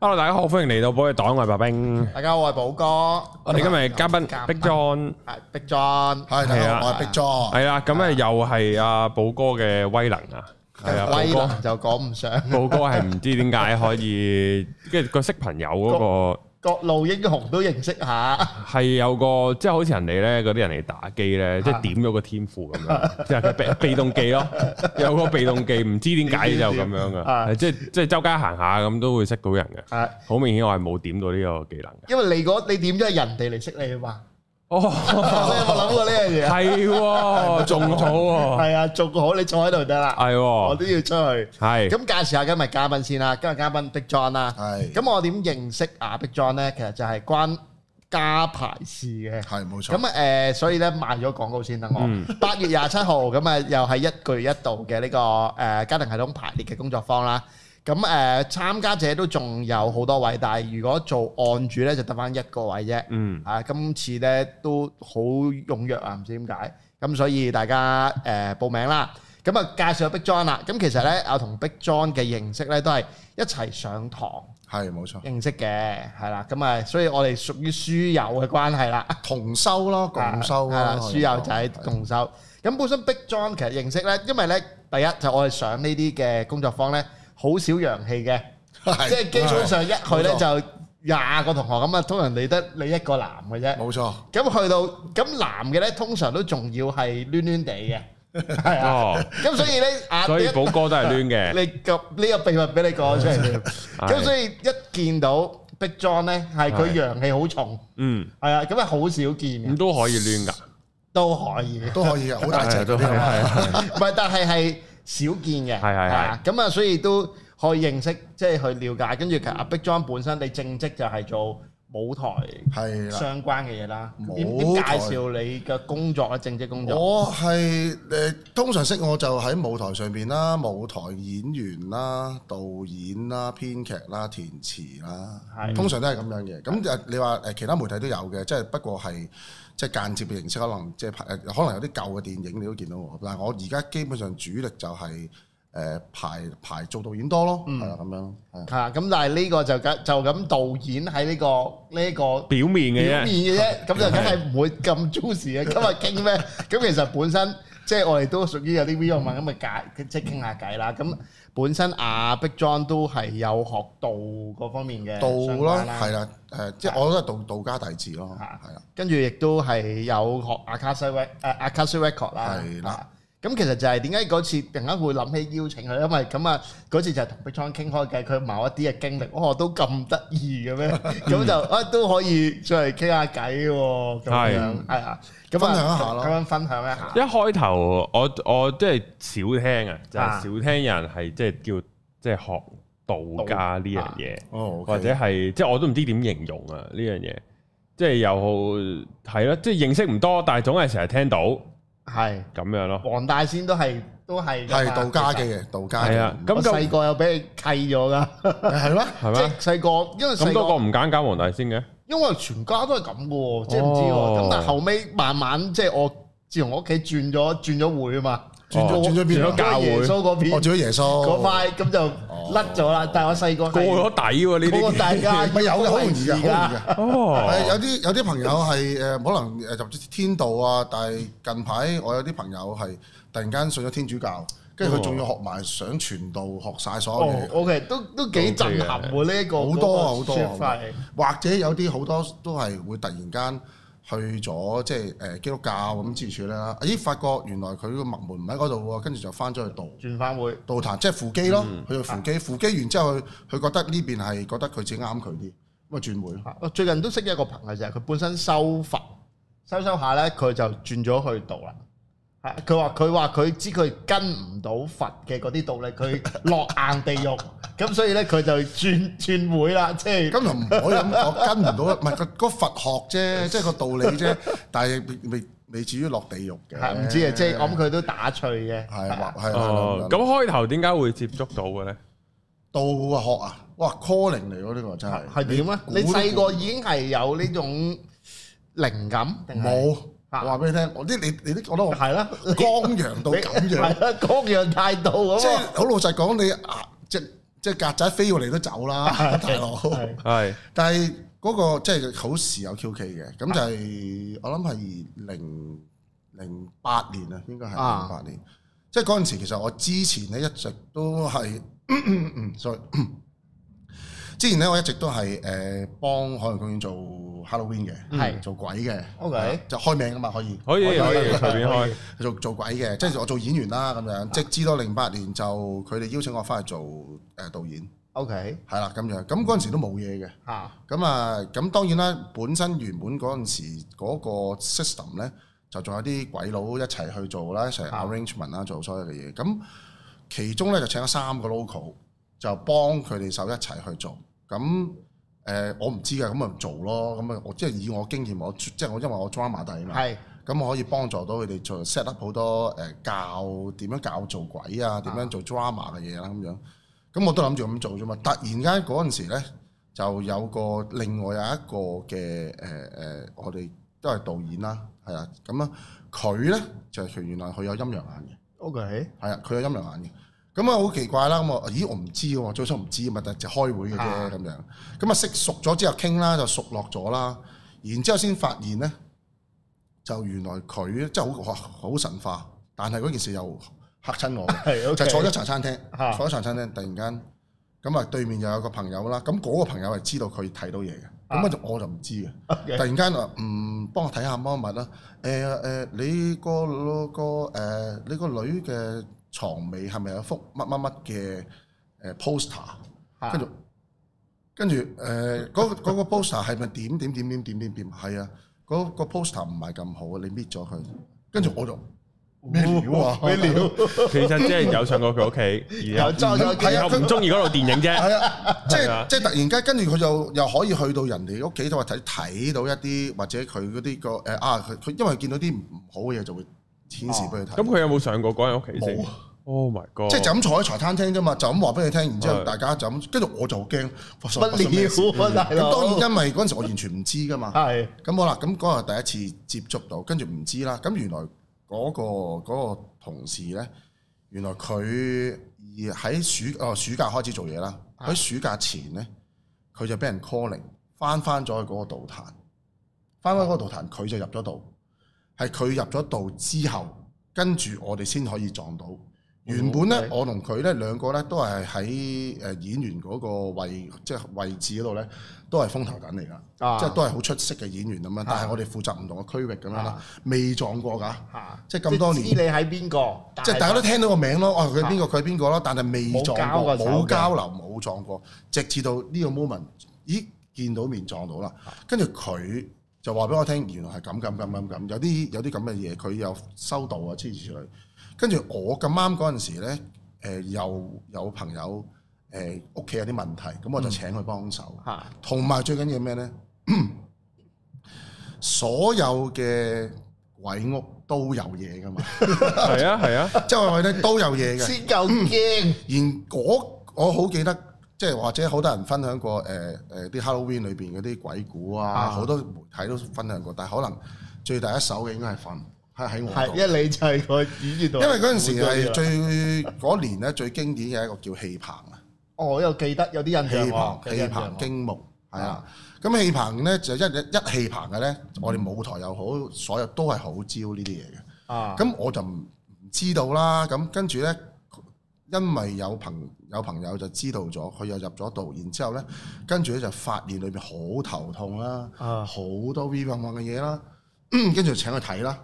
Hello，大家好，歡迎嚟到寶藥黨，我係白冰。大家好，我係寶哥，我哋今日嘅嘉賓嘉賓 Big John 係 Big John，係，大係家啊好，我係 Big John。係啦，咁啊又係阿寶哥嘅威能啊，係啊，威寶能就講唔上，哥，寶哥係唔知點解可以，跟住個識朋友嗰 個各路英雄都認識下，係有個，即係好似人哋咧嗰啲人嚟打機咧，即係點咗個天賦咁樣， 即係佢被被動 技咯，有個被動技，唔知點解就咁樣 啊噶，即係即係周街行下咁都會識到人 嘅。係好明顯我係冇點到呢個技能嘅。因為你嗰你點咗係人哋嚟識你啊嘛， 哦，你有冇諗過呢樣嘢啊？係喎，仲好喎，係啊，做好你坐喺度得啦，係我喎都。要出去。係咁介紹下今日嘉賓先啦，今日嘉賓 Big John 啦，係咁我點認識啊 Big John 咧？其實就係關家排事嘅。係冇咁錯。誒、呃所以咧賣咗廣告先等嗯我。八、月廿七號咁啊，又係一句一度嘅呢、個誒、呃家庭系統排列嘅工作坊啦。咁誒、呃、參加者都仲有好多位，但係如果做案主咧就得翻一個位啫。嗯，啊，今次咧都好踴躍啊，唔知點解。咁所以大家誒、呃、報名啦。咁啊，介紹下 Big John 啦。咁其實咧，我同 Big John 嘅認識咧都係一齊上堂係冇錯，認識嘅，係啦。咁啊，所以我哋屬於書友嘅關係啦。同修咯，共修係啦，咯，啊書友仔共修。咁本身 Big John 其實認識咧，因為咧第一就我哋上呢啲嘅工作坊咧，好少陽氣嘅，係即係基本上一去咧冇錯就廿個同學咁啊，通常你得你一個男嘅啫。冇錯，咁去到咁男嘅咧，通常都仲要係攣攣地嘅，係啊。哦，咁所以咧，啊所以你一寶哥都係攣 嘅，你個呢個秘密俾你講咗出嚟添。咁所以一見到 Big John 咧，係佢係陽氣好重，嗯，係啊，咁係好少見嘅咁，都可以攣噶，都可以。都可以嘅，好大隻都嗰係啲啊。係係 唔係，但係係少見係嘅，係係啊咁啊，所以都可以認識，即係去了解。跟住其實嗯阿 Big John 本身你正職就係做舞台係啦，相關嘅嘢啦。舞點點介台紹你嘅工作咧？正職工作我係誒通常識我就喺舞台上邊啦，舞台演員啦、導演啦、編劇啦、填詞啦，係通常都係咁樣嘅。咁誒你話誒其他媒體都有嘅，即係不過係即係間接嘅形式，可能即係拍誒可能有啲舊嘅電影你都見到我，但係我而家基本上主力就係誒排排做導演多咯，嗯係啦咁樣咯，係啊係啊，咁但係呢個就梗就咁導演喺呢個呢個。表面啊嘅表面啫，嘅啫，咁就梗係唔會咁 juicy 嘅。今日傾咩？ 咁其實本身即係我哋都屬於有啲 real 文咁嘅解，即係傾下偈啦。咁本身阿 Big John 都係有學道嗰方面嘅道相關咯，啦係啦，誒，即係我都係道道家弟子咯，啊係啦，跟住亦都係有學阿卡西 rec 誒阿卡西 record 啦。係啦啊。咁其實就係點解嗰次突然間會諗起邀請佢，因為咁啊嗰次就係同 Big John 傾開偈，佢某一啲嘅經歷，哦都咁得意嘅 咩？咁就啊都可以再嚟傾下偈喎，咁係樣係啊，咁分享一下咯，咯咁樣分享一下一開頭我我即係少聽啊，就係少聽人係即係叫即係學道家呢啊樣嘢，哦，或者係即係我都唔知點形容啊呢樣嘢，即係又好係咯，即係認識唔多，但係總係成日聽到咁係樣咯，黃大仙都係都係㗎係嘛道家嘅其實嘢，道家嘅係啊，嘢咁我就細個有俾佢契咗㗎，係咩？係 即咩係？細個因為咁細多個個。唔揀揀黃大仙嘅，因為全家都係咁嘅喎，即係唔知喎。哦咁、但係後尾慢慢即係我自從我屋企轉咗轉咗會啊嘛，轉咗我轉咗邊啊轉咗耶穌嗰我邊哦做咗哦耶穌嗰塊，咁就甩咗啦。但係我細個過係咗底喎呢嗰個啲。大家 咪有嘅，好容易嘅，好容易啊嘅。哦係，有啲有啲朋友係誒可能誒入咗天道啊，但係近排我有啲朋友係突然間信咗天主教，跟住佢仲要學埋上傳道，學晒所有嘢哦。，OK，都都幾震撼喎呢一個好多嗰啊個好多啊說法係或者有啲好多都係會突然間去咗即係誒基督教咁之處啦。咦，發覺原來佢個脈門唔喺嗰度喎，跟住就翻咗去道轉翻會。道壇，即係扶基咯。去到扶基，扶基完之後，佢佢覺得呢邊係覺得佢自己啱佢啲，咁啊轉會咯。我最近都識一個朋友就係佢本身修佛，修修下咧佢就轉咗去道啦。係佢話佢話佢知佢跟唔到佛嘅嗰啲道理，佢落硬地獄，咁所以咧佢就轉 轉會啦，即係咁就唔可以咁講，跟唔到，唔係個個佛學啫，即係個道理啫，但係未未未至於落地獄係嘅。唔知啊，即係我諗佢都打趣嘅，係係話係哦，咁係咁開頭點解會接觸到嘅咧？道學啊，哇 calling 嚟喎呢個真係係點咧？估都你細個已經係有呢種靈感定係冇，我啊話俾你聽，我啲你你都覺得我係啦，剛陽到你咁樣，係啦，嗰樣態度咁即喎係好老實講，你啊即係即係曱甴飛過嚟都走啦，大佬。係但係嗰、個即係好時有 QK 嘅，啊咁就係、我諗係零零八年啊，應該係啊零八年。即係嗰陣時，其實我之前咧一直都係嗯，sorry，之前咧我一直都係誒、呃、幫海洋公園做 Halloween 嘅，係做鬼嘅嗯 OK 就開名啊嘛，可以。可以可以隨便開，做做鬼嘅，即啊係我做演員啦咁樣，直至到零八年就佢哋邀請我翻去做誒導演， OK，係啦咁樣，咁嗰陣時都冇嘢嘅，嚇，咁啊咁當然啦，本身原本嗰陣時嗰個 system 咧，就仲有啲鬼佬一齊去做啦，一齊啊 arrangement 啦，做所有嘅嘢，咁其中咧就請咗三個 local，就幫佢哋手一齊去做，咁。誒、我唔知嘅，咁咪做咯，咁啊我即係以我經驗，我即係我因為我 drama 底嘛，係咁我可以幫助到佢哋做 set up 好多誒、呃教點樣教做鬼啊，點樣做 drama 嘅嘢啦咁樣。咁我都諗住咁做啫嘛。突然間嗰陣時咧，就有個另外有一個嘅誒誒，我哋都係導演啦，係啊，咁啊佢咧就係佢原來佢有陰陽眼嘅。 OK，係啊，佢有陰陽眼嘅。咁啊好奇怪啦，咁啊咦我唔知喎，最初唔知啊嘛，但係就開會嘅啫啊咁樣。咁啊識熟咗之後傾啦，就熟落咗啦。然之後先發現咧，就原來佢即係好哇好神化，但係嗰件事又嚇 親我嘅，係 OK，啊就坐咗茶餐廳嚇，坐咗茶餐廳，突然間咁啊對面又有個朋友啦，咁嗰個朋友係知道佢睇到嘢嘅，咁啊啊我就我就唔知嘅。 OK，突然間話唔幫我睇下乜乜啦，誒誒，你個個誒你個女嘅床尾係咪有幅乜乜乜嘅誒 poster？啊嚇跟住跟住誒 嗰嗰個 poster 係咪點點點點點點點？係啊，嗰個 poster 唔係咁好啊，你搣咗佢。跟住我就咩料 啊？咩料？其實即係有上過佢屋企，然後又裝咗係件啊然後唔中意嗰套電影啫，係啊，即係係啊即係突然間，跟住佢就又可以去到人哋屋企度話睇睇到一啲或者佢嗰啲個誒啊，佢佢因為見到啲唔好嘅嘢就會顯示俾佢睇。咁佢有冇上過嗰人屋企冇先啊？Oh my god！即係就咁坐喺茶餐廳啫嘛，就咁話俾你聽，然之後係大家就咁，跟住我就驚發不生發生咩事。料啊，大佬咁當然因為嗰陣時我完全唔知噶嘛，係咁好啦，咁嗰日第一次接觸到，跟住唔知啦。咁原來嗰、個嗰個同事呢，原來佢而喺暑哦暑假開始做嘢啦。啊喺暑假前呢，佢就俾人 calling，翻翻咗去嗰個道壇，翻翻嗰個道壇，佢就入咗道。係佢入咗道之後，跟住我哋先可以撞到。原本呢，哦，OK 我同佢呢兩個呢，都係喺誒演員嗰個位，即係位置嗰度呢，都係風頭躉嚟㗎。啊即係都係好出色嘅演員咁樣，但係我哋負責唔同嘅區域咁樣啦啊，未撞過㗎，嚇，即係咁多年啊知你喺邊個，即係大家都聽到個名咯，哦佢係邊個佢係邊個咯，但係未啊冇撞交過過，手嘅冇交流冇撞過，直至到呢個 moment，咦見到面撞到啦，啊跟住佢就話俾我聽，原來係咁咁咁咁咁，有啲有啲咁嘅嘢佢有收到啊，諸如此類。跟住我咁啱嗰陣時咧，誒、又有朋友誒屋企有啲問題，咁嗯我就請佢幫手。嚇同埋最緊要咩呢？ 所有嘅鬼屋都有嘢 噶嘛，係啊係啊，即係話咧都有嘢嘅。先夠驚而嗰我好記得，即係或者好多人分享過誒誒啲 Halloween 裏邊嗰啲鬼故啊，啊好多媒體都分享過，但係可能最第一手嘅應該係瞓喺喺我係度，一你就係個演員度，嗯因為嗰陣時係最嗰年咧最經典嘅一個叫戲棚啊。哦，我又記得有啲印象喎氣棚，有啲氣印象棚喎驚木係啊。咁氣棚咧就一一氣棚嘅咧，我哋舞台又好，所有都係好招呢啲嘢嘅。啊，咁我就唔唔知道啦。咁跟住咧，因為有朋有朋友就知道咗，佢又入咗道，然之後咧，跟住咧就發現裏面好頭痛啦，啊好多 V 混混嘅嘢啦，嗯跟住就請佢睇啦。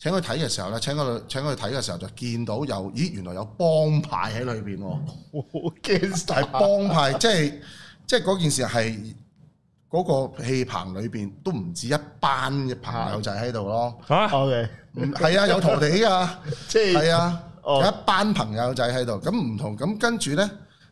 請佢睇嘅時候咧，請佢請佢睇嘅時候就見到有，咦原來有幫派喺裏邊喎。我好驚啊但係曬，幫派，即係即係嗰件事係嗰個戲棚裏邊都唔止一班嘅朋友仔喺度咯。嚇 OK，唔係啊，有徒弟噶，即係係啊，哦有一班朋友仔喺度。咁唔同，咁跟住咧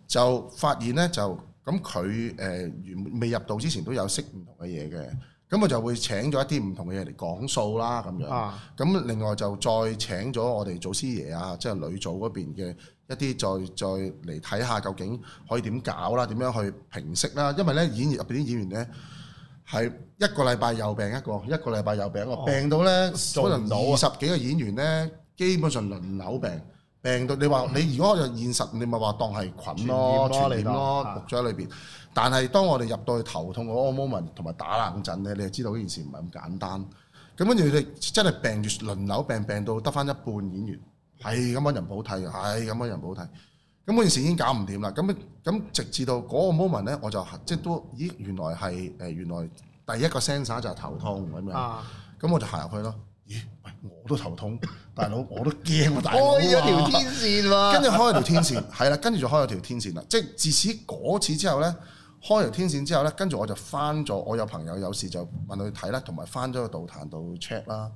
就發現咧就咁佢誒原未入道之前都有識唔同嘅嘢嘅，咁我就會請咗一啲唔同嘅嘢嚟講數啦咁樣。啊咁另外就再請咗我哋祖師爺啊，即係女祖嗰邊嘅一啲再再嚟睇下究竟可以點搞啦，點樣去平息啦。因為咧演員入邊啲演員咧係一個禮拜又病一個，一個禮拜又病一個，病到咧可哦做唔能到啊二十幾個演員咧，基本上輪流病，病毒你話你如果就現實，你咪話當係嗯菌傳染咯你咯、傳染當咯啊，焗咗喺裏邊。但係當我哋入到去頭痛嗰個 moment 同埋打冷震咧，你就知道呢件事唔係咁簡單。咁跟住你真係病住輪流病，病到得翻一半演員，係咁揾人補替，啊係咁揾人補替。咁嗰件事已經搞唔掂啦。咁咁直至到嗰個 moment 咧，我就即係都咦原來係誒原來第一個 sensor 就係頭痛咁樣。啊，咁我就行入去咯。咦，喂，我都頭痛，大佬我都驚喎，大開佬啊咗條天線跟喎，住開咗條天線， 係啦，跟住就開咗條天線啦。即係自此嗰次之後呢，開條天線之後呢，跟住我就翻咗，我有朋友有事就問佢睇啦，同埋翻咗個導彈度 check 啦。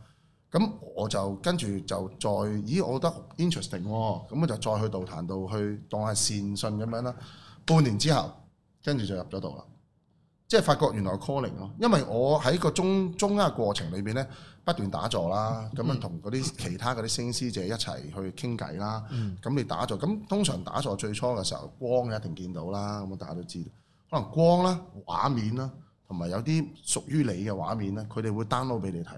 咁我就跟住就再，咦，我覺得 interesting 喎、咁我就再去導彈度去當係善信咁樣啦。半年之後，跟住就入咗度啦。即係發覺原來 calling 咯，因為我喺個中中間嘅過程裏邊咧，不斷打坐啦，咁樣同嗰啲其他嗰啲星師姐一齊去傾偈啦。咁你打坐，咁通常打坐最初嘅時候，光一定見到啦，咁大家都知道。可能光啦、畫面啦，同埋有啲屬於你嘅畫面咧，佢哋會 download 俾你睇。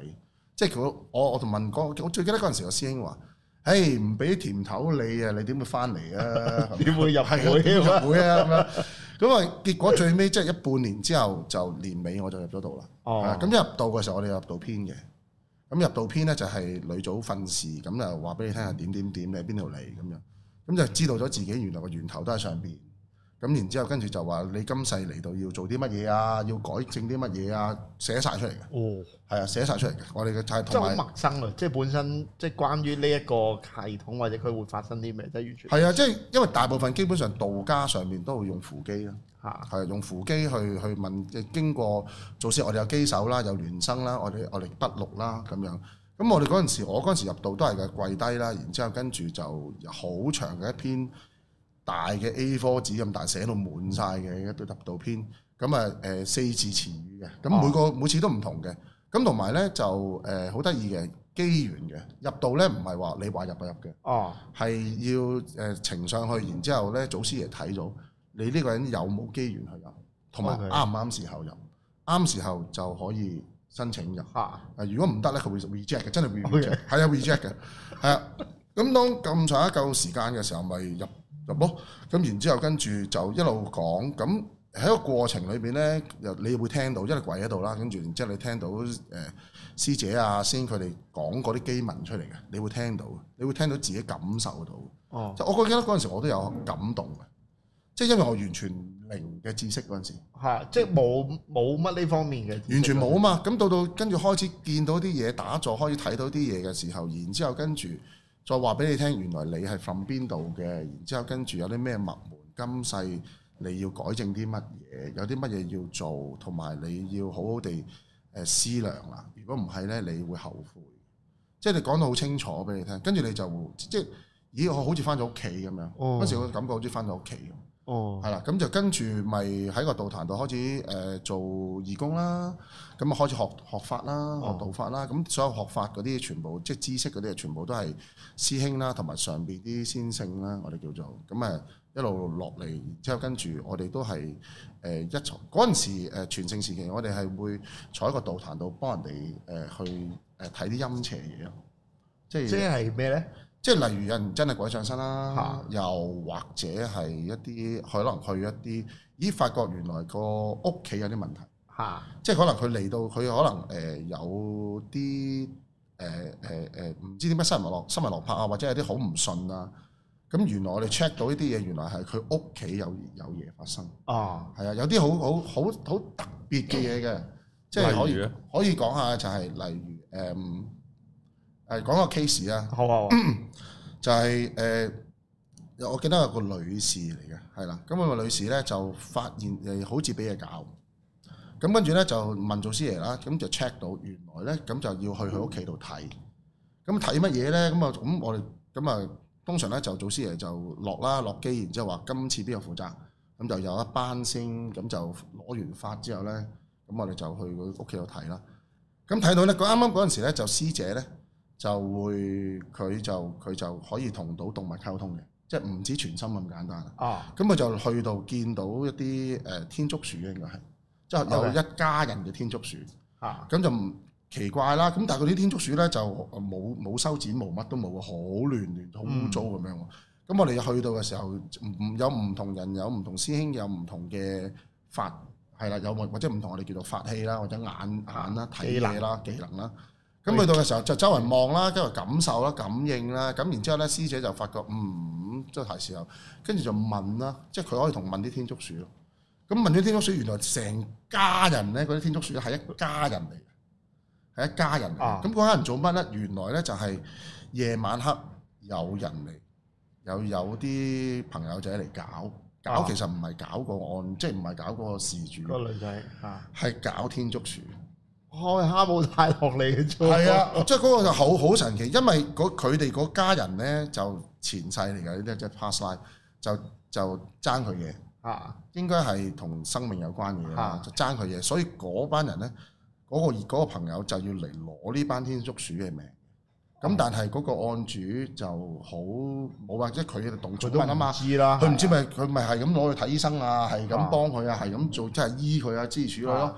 即係佢，我我同問過，我最記得嗰陣時個師兄話：，誒唔俾甜頭你啊，你點會翻嚟啊？點會入係會入啊？會啊咁樣。咁啊，結果最尾即係一半年之後就年尾我就入咗度啦。係啊哦咁、，入到嘅時候我哋入到編嘅。咁入到編咧就係女組訓示，咁就話俾你聽係點點點，你喺邊度嚟咁樣。咁就知道咗自己原來個源頭都喺上邊。咁然之後跟住就話你今世嚟到要做啲乜嘢啊，要改正啲乜嘢啊，寫晒出嚟嘅。哦，係啊，寫晒出嚟嘅。我哋嘅就係即係同好埋。陌生啊！即係本身即係關於呢一個系統或者佢會發生啲咩，即係完全係啊，即係因為大部分基本上道家上面都會用扶機啦，嚇係用扶機去去問，即係經過做先，我哋有機手啦，有聯生啦，我哋我哋筆錄啦咁樣。咁我哋嗰陣時，我嗰陣時入道都係嘅跪低啦，然之後跟住就好長嘅一篇大嘅 A4 紙咁大，寫到滿晒嘅一堆入道篇。咁啊誒四字詞語嘅，咁每個、每次都唔同嘅。咁同埋咧就誒好得意嘅機緣嘅入道咧，唔係話你話入就入嘅。哦，係要誒呈上去，然之後咧，祖師爺睇到你呢個人有冇機緣去入，同埋 OK 啱唔啱時候入，啱時候就可以申請入。嚇啊，如果唔得咧，佢會 reject 嘅，真係會 OK reject，係啊 reject 嘅，係啊。咁當咁上一嚿時間嘅時候，咪入入咯。咁然之後跟住就一路講，咁喺個過程裏邊咧，又你會聽到，因為跪喺度啦，跟住然之後你聽到誒、呃、師姐啊先佢哋講嗰啲機文出嚟嘅，你會聽到，你會聽到自己感受到。哦就我記得嗰陣時我都有感動嘅，即係因為我完全零嘅知識嗰陣時。嚇，即係冇冇乜呢方面嘅，完全冇啊嘛。咁到到跟住開始見到啲嘢打坐，開始睇到啲嘢嘅時候，然之後跟住再話俾你聽，原來你係 from 邊度嘅，然之後跟住有啲咩墨門今世你要改正啲乜嘢，有啲乜嘢要做，同埋你要好好地誒思量啦。如果唔係呢，你會後悔。即係你講到好清楚俾你聽，跟住你就會即係咦，我好似翻咗屋企咁樣。嗰、哦時我感覺好似翻咗屋企咁。哦係啦，咁就跟住咪喺個道壇度開始誒、呃做義工啦，咁啊開始學學法啦，學道法啦，咁、所有學法嗰啲全部即係知識嗰啲，全部都係師兄啦，同埋上邊啲先聖啦，我哋叫做咁啊一路落嚟，然之後跟住我哋都係誒、呃一齊嗰陣時誒全盛時期，我哋係會坐喺個道壇度幫人哋誒、呃去誒睇啲陰邪嘢咯，即係即係咩咧？即係例如有人真係鬼上身啦，嚇又或者係一啲可能去一啲，咦發覺原來個屋企有啲問題，嚇即係可能佢嚟到佢可能誒、呃有啲誒誒誒唔知點解新物落新物落魄啊，或者有啲好唔信啊，咁原來我哋 check 到呢啲嘢，原來係佢屋企有有嘢發生，哦係啊，有啲好好好好特別嘅嘢嘅，即係可例如以咧可以講下就係、例如誒誒、呃、講個 case 啊。好 啊，就係、誒、我記得有個女士嚟嘅，係啦，咁啊個女士咧就發現誒好似俾嘢搞，咁跟住咧就問祖師爺啦，咁就 check 到原來咧咁就要去佢屋企度睇，咁睇乜嘢咧？咁啊咁我哋咁啊通常咧就祖師爺就落啦落機，然之後話今次邊個負責，咁就有一班先咁就攞完法之後咧，咁我哋就去佢屋企度睇啦。咁睇到咧，佢啱啱嗰陣時咧就師姐咧。就會佢就佢就可以同到動物溝通嘅，即係唔止全心咁簡單啦。哦咁佢就去到見到一啲誒、呃天竺鼠應該係，即係有 OK 一家人嘅天竺鼠，嚇咁就唔奇怪啦。咁但係佢啲天竺鼠咧就呃冇冇修剪，冇乜都冇，好亂亂，好污糟咁樣喎。咁我哋去到嘅時候，唔有唔同人，有唔同師兄，有唔同嘅法係啦，有或者唔同我哋叫做法器啦，或者眼眼啦、睇嘢啦、技能啦。咁去到嘅時候就周圍望啦，跟住感受啦、感應啦，咁然之後咧師姐就發覺嗯，即係係時候，跟住就問啦，即係佢可以同問啲天竺鼠咯。咁問咗天竺鼠，原來成家人咧，嗰啲天竺鼠係一家人嚟嘅，係一家人嚟啊嘅。咁嗰家人做乜咧？原來咧就係夜晚黑有人嚟，有有啲朋友仔嚟搞，搞啊其實唔係搞個案，即係唔係搞個事主，個女仔啊，係搞天竺鼠。開蝦冇帶落嚟嘅啫。係啊，即係嗰個就好好神奇，因為嗰佢哋嗰家人咧就前世嚟嘅，呢啲即係 past life，就就爭佢嘢，啊，應該係同生命有關嘅嘢啦，嚇就爭佢嘢，所以嗰班人咧，嗰、個嗰個朋友就要嚟攞呢班天竺鼠嘅命。哦咁但係嗰個案主就好冇或者佢哋動佢作都問啊唔嘛，知啦，佢唔知咪佢咪係咁攞去睇醫生啊，係啊咁幫佢啊，係咁做即係醫佢啊，之如此類咯啊。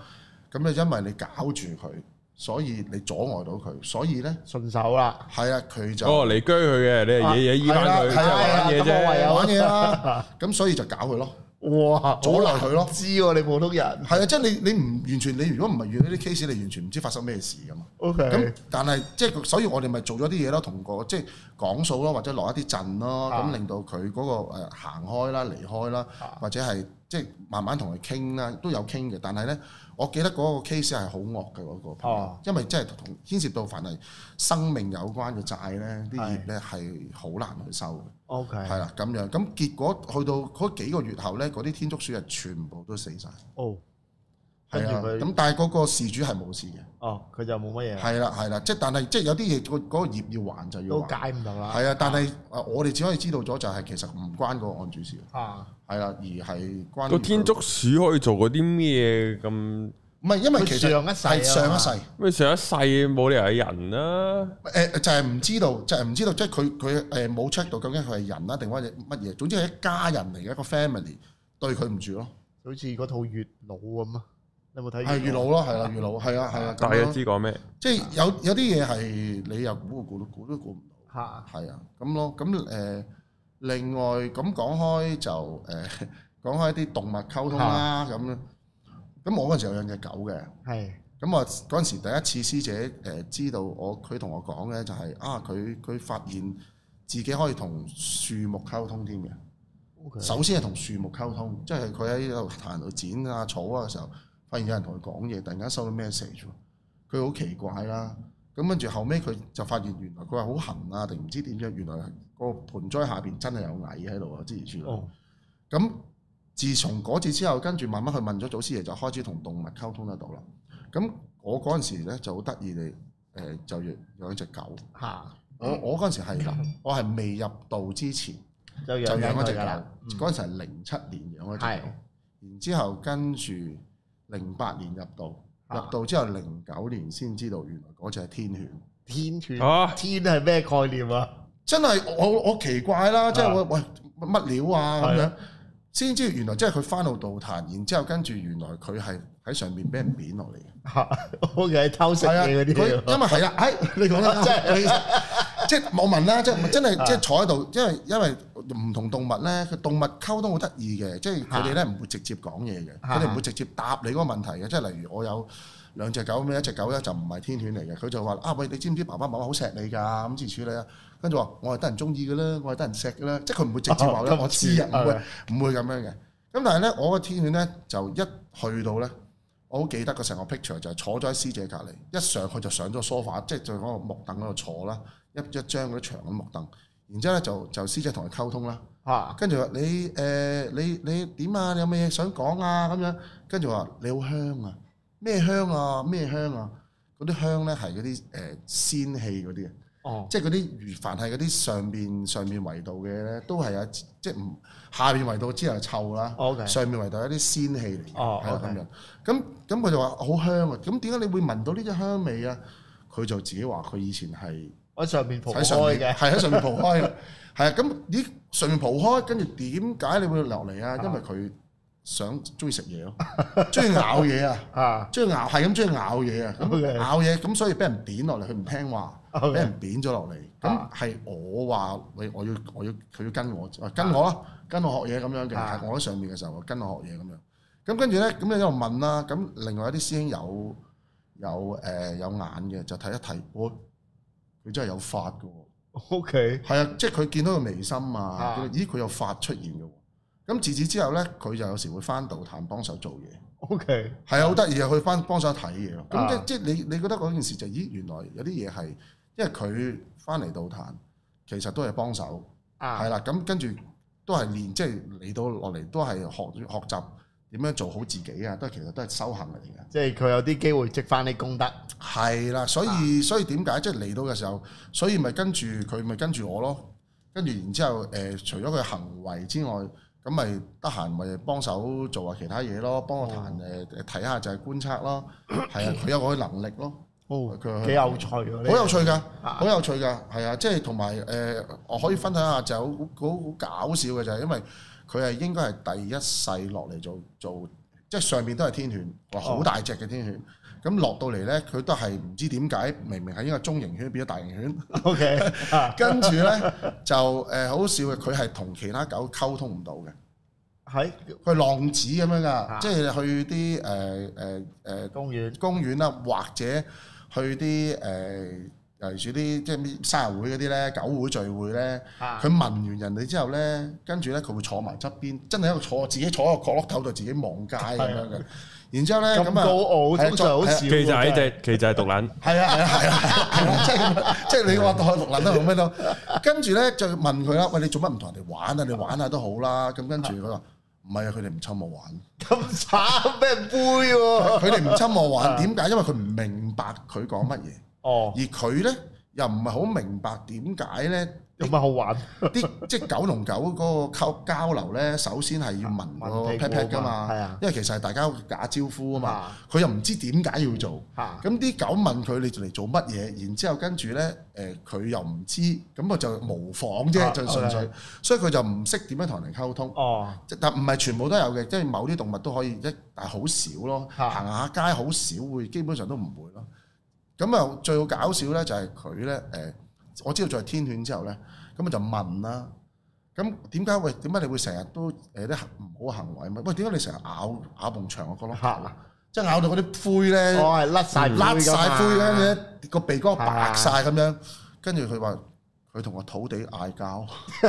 咁你因為你搞住佢，所以你阻礙到佢，所以咧順手啦，係啊，佢就哦，嚟居佢嘅，你係嘢嘢依翻佢，係啊係啊玩嘢咁我唯啫。有 玩嘢啦。咁所以就搞佢咯，哇，阻攔佢咯好難知喎你普通人係啊，即係你你唔完全，你如果唔係遇到呢啲 case，你完全唔知發生咩事噶嘛。 ，OK，咁但係即係所以我哋咪做咗啲嘢咯，同個即係講數咯，或者落一啲陣咯，啊咁令到佢嗰個誒行開啦、離開啦，啊或者係即係慢慢同佢傾啦，都有傾嘅。但係咧，我記得嗰個 case 係好惡嘅嗰個朋友哦，因為即係同牽涉到凡係生命有關嘅債咧，啲業咧係好難去收嘅。 OK，係啦，咁樣咁結果去到嗰幾個月後咧，嗰啲天竺鼠係全部都死晒。哦，跟係住啊，佢咁但係嗰個事主係冇事嘅。哦，佢就冇乜嘢，係啦，係啦，即係但係即係有啲嘢個嗰個業要還就要都還，解唔到啦，係啊，但係啊我哋只可以知道咗就係其實唔關個案主事，啊，係啦，而係關於個天竺鼠可以做過啲咩咁？唔係因為其實佢上一係世啊上嘛一世，咩上一世冇理由係人啊啦、誒就係唔知道，就係唔知道，即係佢佢誒冇 check 到究竟佢係人啊啦定或者乜嘢，總之係一家人嚟嘅一個 family 對佢唔住咯，好似嗰套月老咁啊，你有冇睇？係月老咯，係啦，月老係啊係啊，大咁家樣知講咩？即係有有啲嘢係你又估估都估都估唔到。嚇，係啊，咁咯，咁誒、另外咁講開就誒、 講開啲動物溝通啦，咁樣咁我嗰陣時有養只狗嘅，係咁我嗰陣時第一次師姐誒、呃知道我，佢同我講嘅就係、啊，佢佢發現自己可以同樹木溝通添嘅。 ，OK，首先係同樹木溝通，即係佢喺度行度剪啊草啊嘅時候，發現有人同佢講嘢，突然間收到 message 喎，佢好奇怪啦。咁跟住後尾佢就發現原來佢話好痕啊，定唔知點樣，原來個盆栽下邊真係有蟻喺度啊，之如此類。哦，咁、自從嗰次之後，跟住慢慢去問咗祖師爺，就開始同動物溝通得到啦。咁我嗰陣時咧就好得意地誒、就養養隻狗。嚇，我我嗰陣時係嗱，我係未入道之前。就就養養緊嗰佢只㗎啦，嗯狗，嗰陣時係零七年養係嗰啊只狗，然之後跟住零八年入啊道，入道之後零九年先知道原來嗰只係天犬，天團啊天係咩概念啊？ 真係我我奇怪啦，即係啊我喂乜料啊咁係樣啊，先知原來即係佢翻到道壇，然之後跟住原來佢係喺上面俾人扁落嚟嘅， O K，偷食係啊，嘢嗰佢啲因為係啦，哎你講 得即即係係你 即係網民啦，即係真啊係即係坐喺度，因為因為唔同動物咧，佢動物溝通好得意嘅，即係佢哋咧唔會直接講嘢嘅，啊佢哋唔會直接答你嗰個問題嘅，即係例如我有兩隻狗咁樣，一隻狗咧就唔係天犬嚟嘅，佢就話啊喂，你知唔知爸爸媽媽好錫你㗎咁自處理啊？跟住話我係得人中意嘅啦，我係得人錫嘅啦，即係佢唔會直接話啊咧我知啊，咁唔會唔會咁樣嘅。咁但係咧，我個天犬咧就一去到咧。我好記得個成個 picture 就係坐咗喺師姐隔離，一上去就上咗 sofa，即係就嗰個木凳嗰度坐啦，一一張嗰啲長嘅木凳，然之後咧就就師姐同佢溝通啦，嚇，跟住話你誒、呃你你點啊？你有咩嘢想講啊？咁樣，跟住話你好香啊，咩香啊？咩香啊？嗰啲香咧係嗰啲誒仙氣嗰啲嘅。哦，即係嗰啲，凡係嗰啲上邊上面維度嘅咧，都係有即係唔下邊維度之後臭啦 OK 上面維度有啲仙氣嚟嘅，哦係啦 OK 咁樣。咁咁佢就話好香啊！咁點解你會聞到呢隻香味啊？佢就自己話佢以前係喺上面蒲喺上開面，嘅，係喺上面蒲 開嘅，係啊。咁咦上面蒲開，跟住點解你會落嚟啊？因為佢想中意食嘢咯，中意咬嘢啊！啊中意咬係咁中意咬 嘢啊！ OK 咁咬嘢咁，所以俾人扁落嚟，佢唔聽話， OK 俾人扁咗落嚟。啊咁係我話喂，我要我要佢要跟我，啊跟我啦，跟我學嘢咁樣啊嘅。我喺上面嘅時候，跟我學嘢咁樣。咁跟住咧，咁你一路問啦。咁另外一啲師兄有有誒、呃有眼嘅，就睇一睇，我佢真係有發嘅喎。 ，OK，係啊，即係佢見到個眉心啊啊，見到咦佢有發出現嘅喎。咁自此之後咧，佢就有時會翻到探幫手做嘢。 OK，係啊，好得意啊！去翻幫手睇嘢咯。啊咁即即係你你覺得嗰件事就咦原來有啲嘢係，因為佢翻嚟道壇其實都係幫手，係啊，啦。咁跟住都係練，即係嚟到落嚟都係學學習點樣做好自己啊，都係其實都係修行嚟嘅。即係佢有啲機會積翻啲功德，係啦，所以所以點解即係嚟到嘅時候，所以咪跟住佢咪跟住我咯，跟住然之後誒、呃除咗佢行為之外，咁咪得閒咪幫手做下其他嘢咯，幫我彈誒誒睇下就係觀察咯，係啊，佢有嗰個能力咯，哦佢係幾有趣喎，呢好有趣㗎，啊好有趣㗎，係啊，即係同埋誒，我可以分享下就好好好搞笑嘅就係因為佢係應該係第一世落嚟做做，即係上面都係天犬，哇好大隻嘅天犬，咁落到嚟呢，佢都係唔知點解，明明係應該中型犬變咗大型犬， ，OK，啊跟住呢，就誒、好笑嘅，佢係同其他狗溝通唔到嘅，喺佢係浪子咁樣啊㗎，即係去啲誒誒誒公園公園啦，或者去啲誒、呃尤其是啲即係咩生日會嗰啲咧，狗會聚會咧，啊佢問完人哋之後咧，跟住咧佢會坐埋側邊，真係喺度坐，自己坐喺個角落頭度自己望街咁樣嘅。然之後咧啊咁咁高啊，傲，係啊通常好少其喎，實係真係只，其實係獨撚，係啊係啊係啊係 啊，即係咁即係你話當佢獨立都好咩都。跟住咧就問佢啦，喂你做乜唔同人哋玩啊？你玩下都好啦。咁跟住佢話唔係啊，佢哋唔侵我玩。咁慘，俾人杯喎，佢哋唔侵 我玩，點解？因為佢唔明白佢講乜嘢。哦，而佢咧又唔係好明白點解咧有乜好玩？ 啲即係狗同狗嗰個溝交流咧，首先係要聞個聞屁 pat 股 pat 噶嘛係啊嘛，因為其實係大家打招呼啊嘛啊，佢又唔知點解要做，嚇咁啲狗問佢你嚟做乜嘢，然之後跟住咧誒佢又唔知，咁我就模仿啊啫，就純粹 OK，所以佢就唔識點樣同人溝通。哦，即但唔係全部都有嘅，即係某啲動物都可以一，但係好少咯。嚇行下街好少會，基本上都唔會咯。咁啊，最好搞笑咧就係佢咧誒，我知道佢係天犬之後咧，咁我啊就問啦。咁點解喂？點解你會成日都誒啲行唔好行為咪？喂，點解你成日咬咬埲牆個角落頭啊？即係咬到嗰啲灰咧，我係甩晒甩晒灰㗎嘛咧，個鼻哥白啊晒咁樣。跟住佢話佢同個土地嗌交，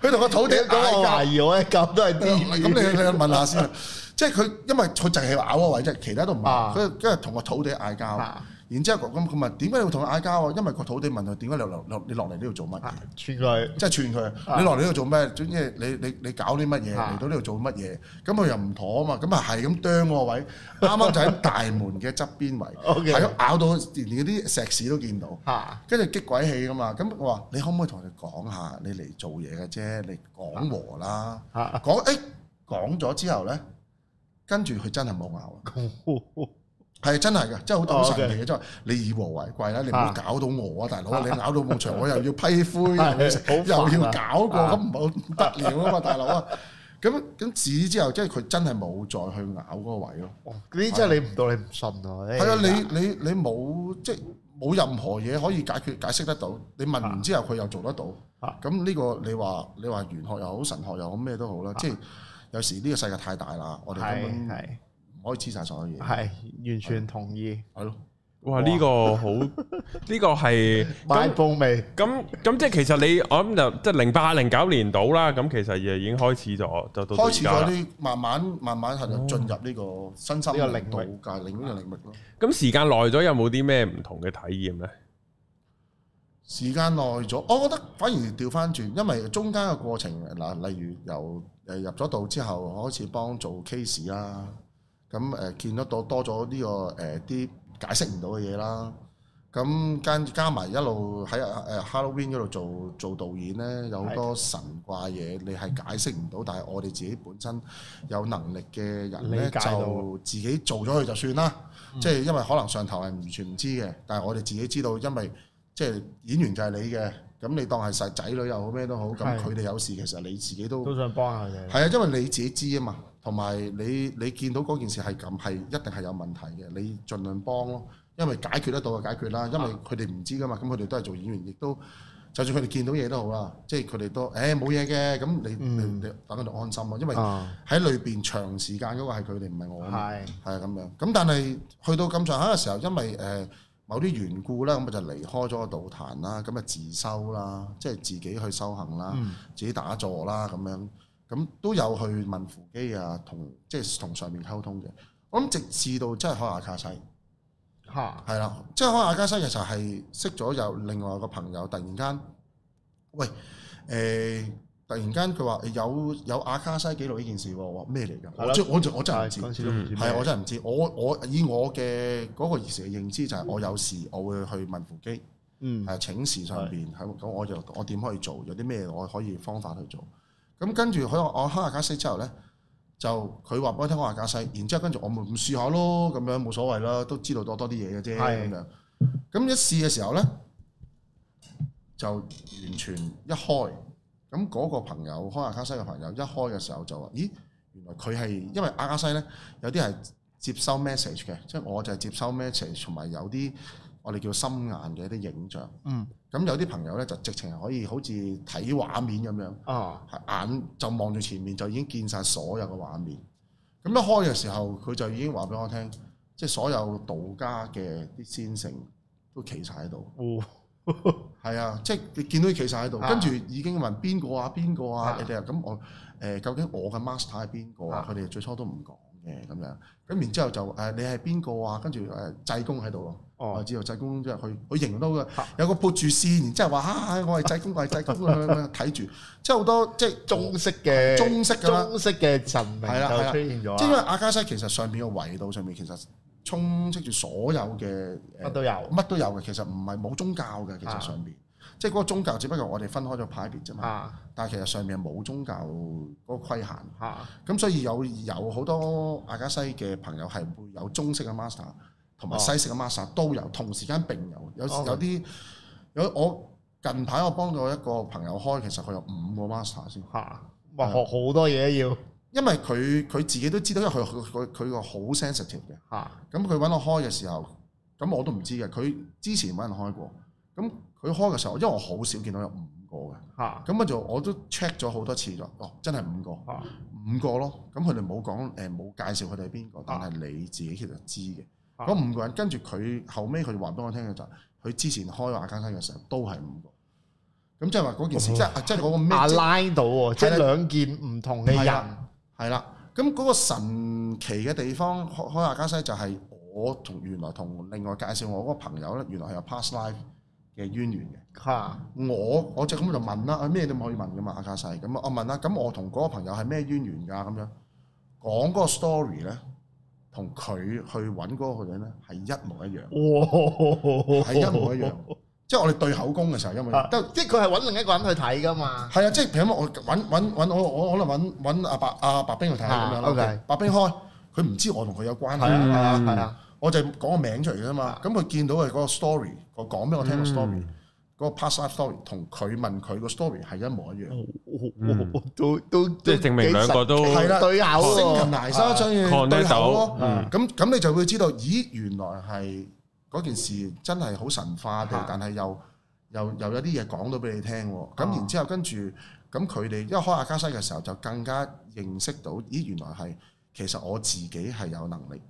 佢同個土地你講嗌我交懷。疑我嘅狗都係咁你啲魚，你問下先，即係佢因為佢就係咬嗰位啫，其他都唔啊係。佢跟住同個土地嗌交，啊然之後咁佢問點解你會同佢嗌交啊？因為個土地問佢點解你落落你落嚟呢度做乜嘢？啊串佢即係串啊佢，你落嚟呢度做咩？總之你你你搞啲乜嘢啊嚟到呢度做乜嘢？咁佢又唔妥啊嘛，咁啊係咁啄我個位，啱啱就喺大門嘅側 邊位， OK 係咁咬到連嗰啲石屎都見到，嚇跟住激鬼氣噶嘛。咁我話你可唔可以同佢講下，你嚟做嘢嘅啫，你講和啦，嚇，講誒講咗之後咧，跟住佢真係冇咬啊。係真係嘅，真係好好神奇嘅，真係你以和為貴啦，你唔好哦啊搞到我啊，大佬！你咬到冇牆，我又要 批灰，又係要食好煩啊又要搞過，啊咁唔好唔得了啊嘛， 大佬啊！咁咁自此之後，即係佢真係冇再去咬嗰個位咯。哇呢啲真係你唔到你唔信喎。係啊，你你你冇即係冇任何嘢可以解決解釋得到。你問完之後，佢又做得到啊。咁呢個你話你話玄學又好，神學又好，咩都好啦。即係有時呢個世界太大啦，我哋根啊係本係唔可以黐晒所有嘢。係完全同意。係咯，哇！呢個好，呢個係買咁報未？咁咁即係其實你我諗就即係零八零九年到啦，咁其實就已經開始咗，就到開始咗啲。啲慢慢慢慢係就進入呢個身心哦呢個領域領導界領呢個領域咯。咁時間耐咗，有冇啲咩唔同嘅體驗咧？時間耐咗，我覺得反而調翻轉，因為中間嘅過程嗱，例如由誒入咗道之後開始幫做 case 啦，咁誒見得到多咗呢、個誒啲、解釋唔到嘅嘢啦。咁跟加埋一路喺誒 Halloween 嗰度做做導演咧，有好多神怪嘢，你係解釋唔到，但係我哋自己本身有能力嘅人理咧，解到嗯就自己做咗佢就算啦。即係因為可能上頭係完全唔知嘅，但係我哋自己知道，因為即係演員就係你嘅，咁你當係細仔女又好咩都好，咁係佢哋有事其實你自己都都想幫下佢哋。係啊，因為你自己知啊嘛，同埋你你見到嗰件事係咁係一定係有問題嘅，你盡量幫咯，因為解決得到就解決啦，因為啊佢哋唔知噶嘛，咁佢哋都係做演員，亦都就算佢哋見到嘢都好啦，即係佢哋都誒冇嘢嘅，咁你你嗯你等佢哋安心咯，因為啊，喺裏邊長時間嗰個係佢哋唔係我啊嘛。係係啊咁樣。咁但係去到咁上下嘅時候，因為誒、呃某啲緣故啦，咁我就離開咗個道壇啦，咁啊自修啦，即係自己去修行啦，嗯自己打坐啦咁樣，咁都有去問扶基啊，同即係同上面溝通嘅。我諗直至到真係開阿卡西，嚇係啦，即係開阿卡西嘅時候係識咗有另外一個朋友，突然間，喂誒、呃突然間佢話有有阿卡西記錄呢件事喎，我話咩嚟㗎？係我啦真我真我真係係唔知嗰。陣時都唔知咩。係啊，我真係唔知。我我以我嘅嗰個兒時嘅認知就係我有事我會去問扶基，嗯係請示上邊係咁，我就我點可以做，有啲咩我可以方法去做。咁跟住佢話我黑下加西之後咧，就佢話俾我聽我下加西，然之後跟住我咪咁試下咯，咁樣冇所謂啦，都知道多多啲嘢嘅啫係咁樣。咁一試嘅時候咧，就完全一開。咁嗰個朋友開阿卡西嘅朋友一開嘅時候就話：咦，原來佢係因為阿卡西咧有啲係接收 message 嘅，即係我就係接收 message，同埋有啲我哋叫心眼嘅一啲影像。嗯咁有啲朋友咧就直情係可以好似睇畫面咁樣，啊係眼就望住前面就已經見晒所有嘅畫面。咁一開嘅時候，佢就已經話俾我聽，即係所有道家嘅啲先聖都企晒喺度。哦係啊，即係你見到佢企晒喺度，啊跟住已經問邊個啊邊個啊啊，你哋啊咁我誒、究竟我嘅 master 係邊個啊啊？佢哋最初都唔講嘅咁樣，咁然之後就誒、你係邊個啊？跟住誒濟公喺度咯，我哦知道濟公即係佢佢形容到嘅啊，有個撥住線，然之後話啊我係濟公，我係濟公 咁樣咁樣睇住，即係好多即係中式嘅中式㗎啦中式嘅神明係啦就係啦出現即係咗因啦為阿卡西其實上面嘅維度上面其實充斥住所有嘅乜誒都有乜都有嘅，其實唔係冇宗教嘅，其啊實上邊即係嗰個宗教只不過我哋分開咗派別啫嘛。啊但係其實上面係冇宗教嗰個規限，嚇咁所以有有好多阿加西嘅朋友係會有中式嘅 master 同埋哦西式嘅 master 都有，同時間並有，有時哦有啲有我近排我幫咗一個朋友開，其實佢有五個 master 先，嚇，哇學好多嘢要因為佢佢自己都知道，因為佢佢佢佢個好 sensitive 嘅，嚇咁佢揾我開嘅時候，咁我都唔知嘅，佢之前揾人開過，咁佢開嘅時候，因為我好少見到有五個嘅，嚇咁我就我都 check 咗好多次咗，哦，真係五個。嚇五個咯，咁佢哋冇講誒冇介紹佢哋係邊個，但係你自己其實知嘅。啊嗰五個人跟住佢後尾佢話俾我聽嘅就係，佢之前開阿間西嘅時候都係五個。咁即係話嗰件事，即係即係嗰個咩？啊即係拉到喎，即係係啦兩件唔同嘅係人啦係啦，咁嗰個神奇嘅地方，開開阿間西就係我同原來同另外介紹我嗰個朋友咧，原來係有 past life 嘅淵源嘅。嚇我我就咁就問啦，啊咩都唔可以問噶嘛，阿卡西咁啊，我問啦，咁我同嗰個朋友係咩淵源㗎咁樣講嗰個 story 咧，同佢去揾嗰個人咧係一模一樣，哦哇係一模一樣。即係我哋對口供嘅時候，因 為啊得即係佢係揾另一個人去睇噶嘛。係啊，即係譬如咁我揾揾揾我我可能揾揾阿白阿白冰去睇下咁樣啊，OK 啦，白冰開佢唔知我同佢有關係啊啊係係啊啊係啊，我就講個名出嚟啫嘛。咁佢見到佢嗰個 story，佢講俾我嗯聽個 story，嗰個 past life story 同佢問佢個 story 係一模一樣。都都即係證明兩個都係啦對口升喎勤泥沙將要 Connect 對口咯到 Ờ. 嗯。à, Ừ. 咁咁你就會知道，咦，原來係嗰件事真係好神化地啊，但係又又又有啲嘢講到俾你聽喎。啊咁然之後跟住，咁佢哋一開阿卡西嘅時候，就更加認識到，咦，原來係其實我自己係有能力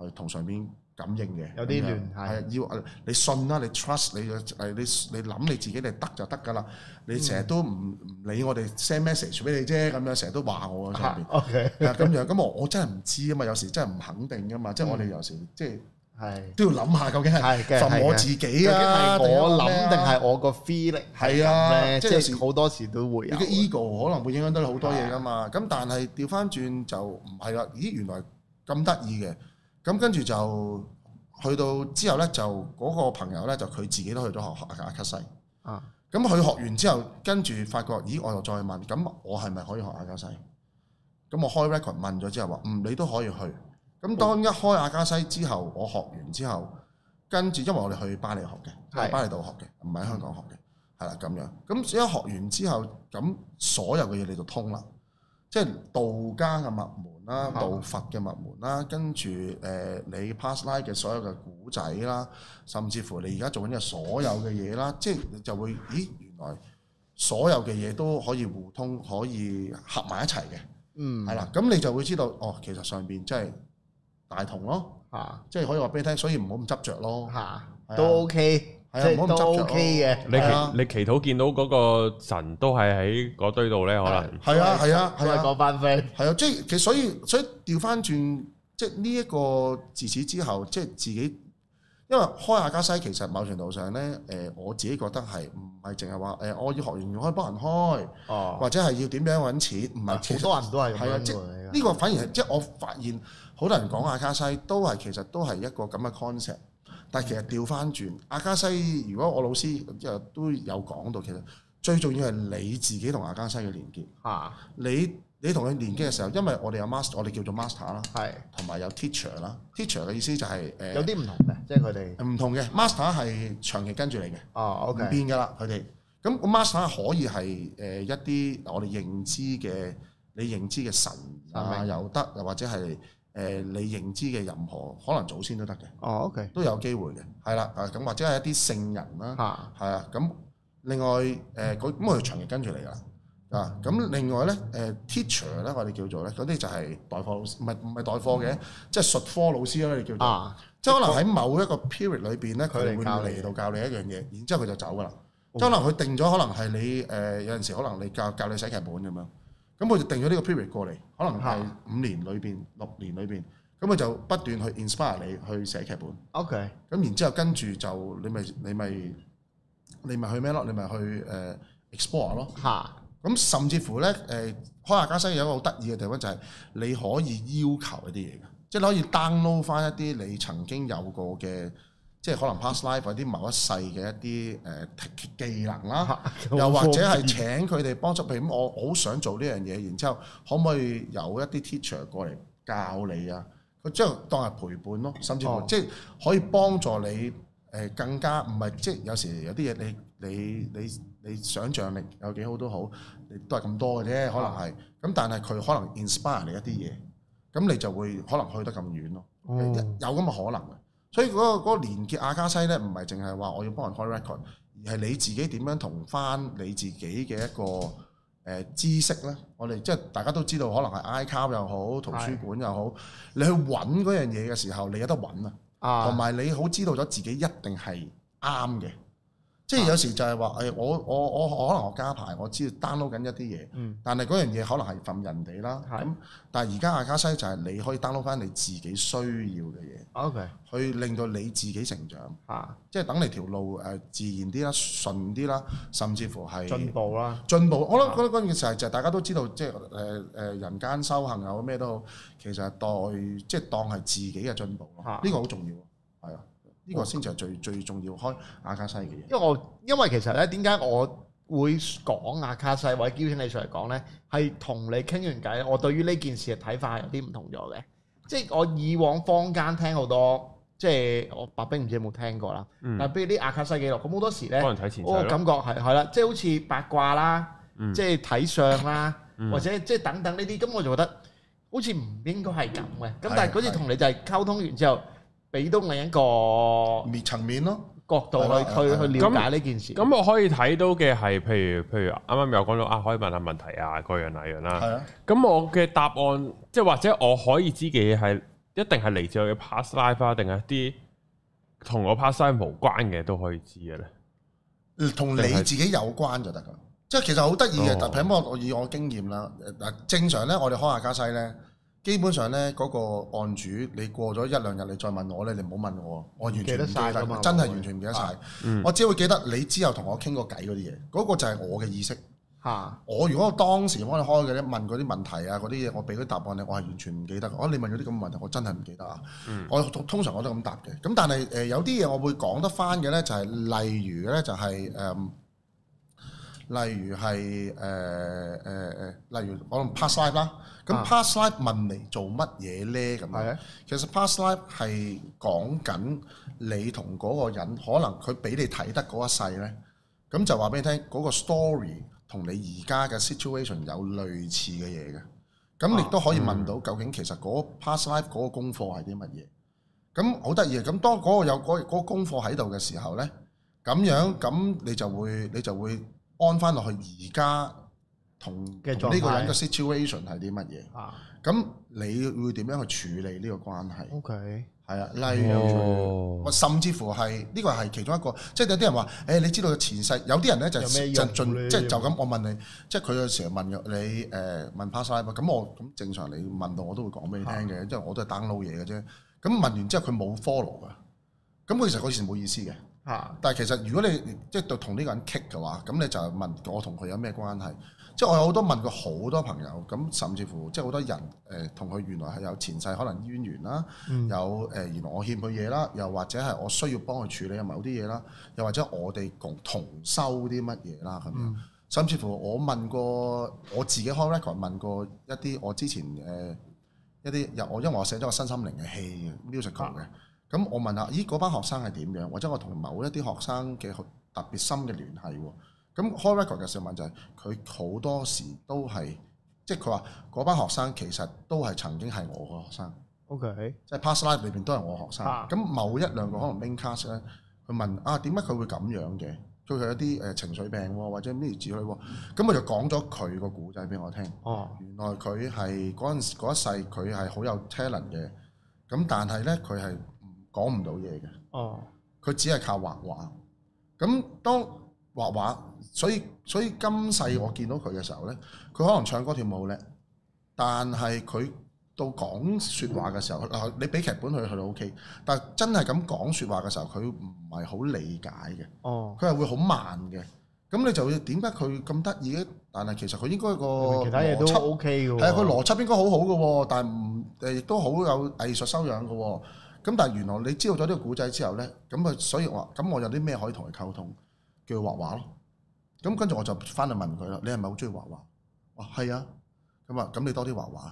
去同上邊感應嘅，有啲咁樣聯繫係要你信啦，你 trust 你嘅誒，你你諗你自己你得就得㗎啦。你成日都唔唔理我哋 send message 俾你啫，咁樣成日都話我喺上邊。 O K 係啊咁樣，咁我我真係唔知啊嘛，有時真係唔肯定啊噶嘛，即係我哋有時即係係都要諗下究竟係係嗯嘅係份我嘅自究己竟啊，係我諗定係係我個 feeling 係咁啊，咧？即即係有時係好多時都會你有啊嘅 ego 可能會影響到你好多嘢噶嘛。咁但係調翻轉就唔係啦，咦原來咁得意嘅，咁跟住就去到之後咧，就嗰個朋友咧就佢自己都去咗學學阿卡西。啊咁佢學完之後，跟住發覺，咦，我又再問，咁我係咪可以學阿加西？咁我開 record 問咗之後話，嗯，你都可以去。咁當一開阿加西之後，我學完之後，跟住因為我哋去巴黎學嘅，係喺巴黎度學嘅，唔係喺香港學嘅。係啦咁樣。咁一學完之後，咁所有嘅嘢你就通啦，即係道家嘅墨門啦，嗯道佛嘅墨門啦，跟住誒、呃你 past life 嘅所有嘅古仔啦，甚至乎你而家做緊嘅所有嘅嘢啦，即係你就會，咦原來所有嘅嘢都可以互通，可以合埋一齊嘅。嗯係啦，咁你就會知道哦，其實上邊真係大同咯，嚇即係可以話俾你聽，所以唔好咁執着咯。嚇係啊都 OK，即係啊唔係好咁都執着咯 OK 嘅。你係啊祈你祈禱見到嗰個神都係喺嗰堆度咧，可能係啊，係啊，都係係啊，嗰班 friend 係啊，即係其實所以所以調翻轉，即係呢一個自此之後，即係自己，因為開下家西其實某程度上咧，誒、我自己覺得係唔係淨係話誒我要學完要開幫人開，哦，或者係要點樣揾錢，唔係其實好多人都係係啊，咁樣即㗎呢個反而係即係我發現好多人講阿卡西都係其實都係一個咁嘅 concept，但係其實調翻轉阿卡西，如果我老師即係都有講到，其實最重要係你自己同阿卡西嘅連結。嚇你你同佢連結嘅時候，因為我哋有 master，我哋叫做 master 啦，係同埋有 teacher 啦。teacher 嘅意思就係有誒啲唔同嘅，即係佢哋唔同嘅 master 係長期跟住你嘅。哦唔 OK 變㗎啦，佢哋。咁個 master 可以係誒一啲我哋認知嘅，你認知嘅神神啊明又得，又或者係誒你認知嘅任何可能祖先都得嘅，哦 OK 都有機會嘅，係啦啊咁或者係一啲聖人啦，嚇係啊咁另外誒嗰咁佢長期跟住你㗎啦。啊，咁另外咧，誒、teacher 咧，我哋叫做咧，嗰啲就係代課老師，唔係唔係代課嘅，即係術科老師啦，你叫嗯做，啊即係可能喺某一個 period 裏邊咧，佢哋佢嚟會教你哦嚟到教你一樣嘢，然之後佢就走噶啦。即係可能佢定咗，可能係你誒、呃有陣時可能你教教你寫劇本咁樣，咁佢就定咗呢個 period 過嚟，可能係嚇五年裏邊、六年裏邊，咁佢就不斷去 inspire 你去寫劇本。 OK 咁然之後跟住就你咪你咪你咪去咩咯？你咪去誒、呃 explore 咯。嚇咁甚至乎咧誒、呃開下家西有一個好得意嘅地方就係你可以要求一啲嘢嘅，即係你可以 download 翻一啲你曾經有過嘅，即係可能 past life 或者某一世嘅一啲誒、呃技技能啦，啊又或者係請佢哋幫助。譬如咁我我好想做呢樣嘢，然之後可唔可以有一啲 teacher 過嚟教你啊？佢即係當係陪伴咯，甚至乎、哦即係可以幫助你誒、呃更加唔係即係有時有啲嘢你你你你想像力有幾好都好，你都係咁多嘅啫，可能係咁，但係佢可能 inspire 你一啲嘢，咁你就會可能去得咁遠咯，哦有咁嘅可能嘅。所以嗰、個嗰個連結阿卡西咧，唔係淨係話我要幫人開 record，而係你自己點樣同翻你自己嘅一個誒、呃知識咧。我哋即係大家都知道，可能係 iCloud 又好，圖書館又好，你去揾嗰樣嘢嘅時候，你有得揾啊！啊同埋你好知道咗自己一定係啱嘅。即係有時就係話誒，我我我我可能我加排，我知道 download 緊一啲嘢，嗯但係嗰樣嘢可能係份人哋啦。係咁但係而家阿卡西就係你可以 download 翻你自己需要嘅嘢， OK 去令到你自己成長，嚇即係等你條路誒呃自然啲啦、順啲啦，甚至乎係進步啦進步，我諗覺得嗰件事係就係大家都知道，即係誒誒人間修行又好咩都好，其實係代即係當係自己嘅進步啊咯。呢個好重要，係啊，呢個先至係最最重要開阿卡西嘅嘢。因為我因為其實咧，點解我會講阿卡西或者邀請你上嚟講呢？係同你傾完偈，我對於呢件事嘅睇法係有啲唔同咗嘅。即係我以往坊間聽好多，即係我白冰唔知有冇聽過啦。嗯但係譬如啲阿卡西記錄，咁好多時呢，幫人睇前世我咯感覺係係啦，即係好似八卦啦，嗯即係睇相啦，嗯或者即係等等呢啲，咁我就覺得好似唔應該係咁嘅。咁係但係嗰次係同你就係溝通完之後，俾到另一個面層面咯，角度去係啦係啦去去了解呢件事。咁我可以睇到嘅係，譬如譬如啱啱有講到啊，可以問下問題啊，各樣那樣啦。係啊，咁我嘅答案，即係或者我可以知嘅嘢係，一定係嚟自我嘅 past life 啊，定係一啲同我 past life 無關嘅都可以知嘅咧。同你定係自己有關就得㗎。即係其實好得意嘅，哦特別咁我我以我經驗啦，誒嗱正常咧，我哋開阿卡西咧，基本上咧嗰個案主，你過咗一兩日，你再問我咧，你唔好問我，我完全唔記記得得晒㗎嘛啊真係完全唔記得晒嗯。我只會記得你之後同我傾過偈嗰啲嘢，嗰個就係我嘅意識。嚇啊我如果我當時幫你開嘅咧，問嗰啲問題啊，嗰啲嘢，我俾嗰啲答案你，我係完全唔記得嘅。哦，你問咗啲咁嘅問題，我真係唔記得啊。我通常我都咁答嘅。咁但係誒、呃有啲嘢我會講得翻嘅咧，就係、例如咧就係、誒、例如係誒誒誒，例如我用 past life 啦。啊咁 past life 問嚟做乜嘢咧？咁係樣啊其實 past life 係講緊你同嗰個人，可能佢俾你睇得嗰一世咧，咁就話俾你聽，嗰、個 story 同你而家嘅 situation 有類似嘅嘢嘅，咁你都可以問到究竟其實嗰 past life 嗰個功課係啲乜嘢？咁好得意嘅，咁當嗰個有嗰、嗰個功課喺度嘅時候呢，咁樣咁你就會你就會安翻落去而家同嘅同呢個狀態人嘅 situation 係啲乜嘢？啊咁你會點樣去處理呢個關係？ ，OK，係啊，例如。哦哦或甚至乎係呢個係其中一個，即係有啲人話：，誒、你知道佢前世，有啲人咧就有就咩用盡，呢即係就咁。我問你，即係佢有時候問你誒、問 past life，咁我咁正常你問到我都會講俾你聽啊嘅，因為我都係 download 嘢嘅啫。咁問完之後佢冇 follow 噶，咁佢其實嗰時冇意思嘅。嚇但係其實如果你即係同呢個人棘嘅話，咁你就問我同佢有咩關係？即係我有好多問過好多朋友，咁甚至乎即係好多人誒同佢原來係有前世可能淵源啦，嗯有誒、呃原來我欠佢嘢啦，又或者係我需要幫佢處理嘅某啲嘢啦，又或者我哋共同修啲乜嘢啦咁樣。甚至乎我問過我自己開 record 問過一啲我之前誒、呃一啲又我因為我寫咗個身心靈嘅戲嘅 musical 嘅，咁我問下咦嗰班學生係點樣，或者我同某一啲學生嘅特別深嘅聯繫喎。咁開 record 嘅時候問就係佢好多時都係即係佢話嗰班學生其實都係曾經係我嘅學生。 ，OK，即係 past life 裏邊都係我學生。啊咁、某一兩個可能 main cast 咧，佢問啊點解佢會咁樣嘅？佢係有啲誒、呃情緒病喎，或者咩之類喎。咁我就講咗佢個故仔俾我聽。哦，原來佢係嗰陣時嗰一世佢係好有 talent 嘅，咁但係咧佢係唔講唔到嘢嘅。哦，佢只係靠畫畫。咁當畫畫，所以所以今世我見到佢嘅時候呢，佢可能唱歌跳舞叻，但係佢到講説話嘅時候，嗱你俾劇本佢佢就 O K，但係真係咁講説話嘅時候，佢唔係好理解嘅，哦，佢係會好慢嘅。咁你就會點解佢咁得意嘅？但係其實佢應該個其他嘢都邏輯 OK 嘅喎，係啊，佢邏輯應該好好嘅喎，但係唔誒亦都好有藝術修養嘅喎。咁但係原來你知道咗呢個古仔之後咧，咁啊，所以我話咁我有啲咩可以同佢溝通，叫佢畫畫咯。咁跟住我就翻去問佢啦，你係咪好中意畫畫？哇，係啊。咁啊，咁你多啲畫畫，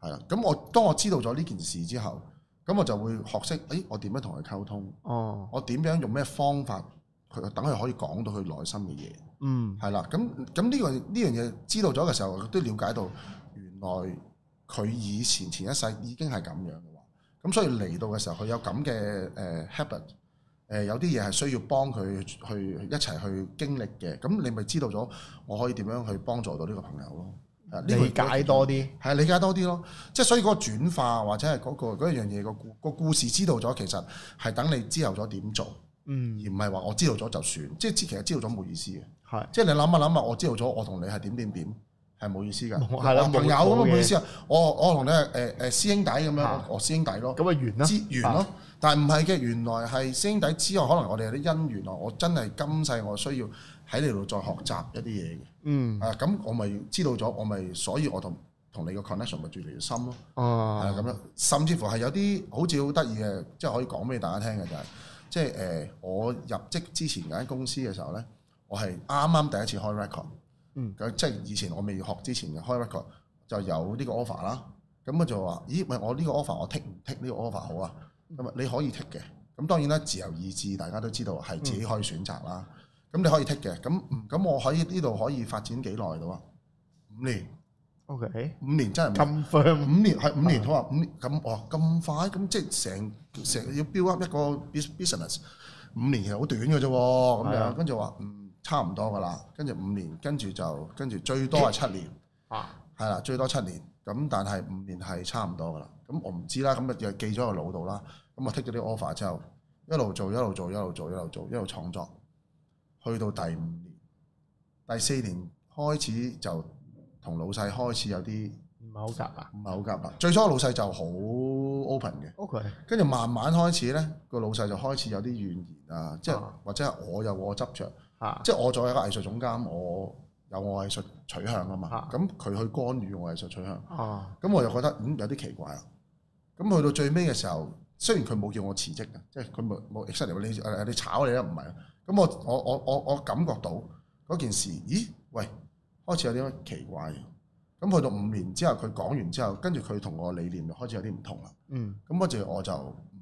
係啦。咁我當我知道咗呢件事之後，咁我就會學識，誒、哎我點樣同佢溝通，哦，我點樣用咩方法，佢等佢可以講到佢內心嘅嘢。嗯，係啦，咁咁呢個呢樣嘢知道咗嘅時候，都了解到原來佢以前前一世已經係咁樣嘅話，咁所以嚟到嘅時候，佢有咁嘅誒 habit，誒、有啲呃嘢係需要幫佢去一齊去經歷嘅，咁你咪知道咗我可以點樣去幫助到呢個朋友咯。啊呢個理解多啲，係理解多啲咯，即係所以嗰個轉化或者係嗰、個嗰樣嘢個故個故事知道咗，其實係等你知道咗點做，而嗯，唔係話我知道咗就算，即係知其實知道咗冇意思嘅。係，即係你諗下諗下，我知道咗我同你係點點點，係冇意思㗎。冇係啦我冇朋友咁啊冇嘅冇意思啊！我我同你係誒誒師兄弟咁樣嚇，我師兄弟咯，咁啊完啦，知完咯。但係唔係嘅，原來係師兄弟之外，可能我哋有啲姻緣啊！我真係今世我需要喺你度再學習一啲嘢嘅。嗯，啊，咁我咪知道咗，我咪所以我同同你個 connection 咪越嚟越深咯。係哦，啊咁樣，甚至乎係有啲好似好得意嘅，即係可以講俾大家聽嘅就係、即係誒、呃我入職之前間公司嘅時候咧，我係啱啱第一次開 record，嗯，咁即係以前我未學之前嘅開 record 就有呢個 offer 啦，咁我就話，咦，喂，我呢個 offer 我剔唔剔呢個 offer 好啊？咁啊，你可以剔嘅，咁當然啦，自由意志大家都知道係自己可以選擇啦，咁、你可以剔嘅，咁嗯咁我喺呢度可以發展幾耐到啊？五年， ，OK，五年真係咁唔 firm，五年係五年，佢啊話五年咁，我話咁快，咁即係成成要 build up 一個 bus- business，五年其實好短嘅啫喎，咁係樣啊跟住話嗯差唔多㗎啦，跟住五年，跟住就跟住最多係七年，啊，係啦，最多七年，咁但係五年係差唔多㗎啦，咁我唔知啦，咁就記咗個腦度啦，咁我剔咗啲 offer 之後，一路做一路做一路做一路做一路創作，去到第五年、第四年開始就同老細開始有啲。唔係好夾啊唔係好夾啦。最初老細就好 open 嘅， ，OK，跟住慢慢開始呢個老細就開始有啲怨言啊，即係啊或者係我有我執着，嚇，即係我作為一個藝術總監，我有我藝術取向啊嘛啊。咁佢去干預我藝術取向，哦，咁我就覺得嗯有啲奇怪啦。咁去到最尾嘅時候，雖然佢冇叫我辭職嘅，即係佢冇冇 exactly 你誒你炒你啦，唔係。啊咁我我我我我感覺到嗰件事，咦喂，開始有啲奇怪嘅。咁去到五年之後，佢講完之後，跟住佢同我理念就開始有啲唔同啦。嗯，咁跟住我就嗯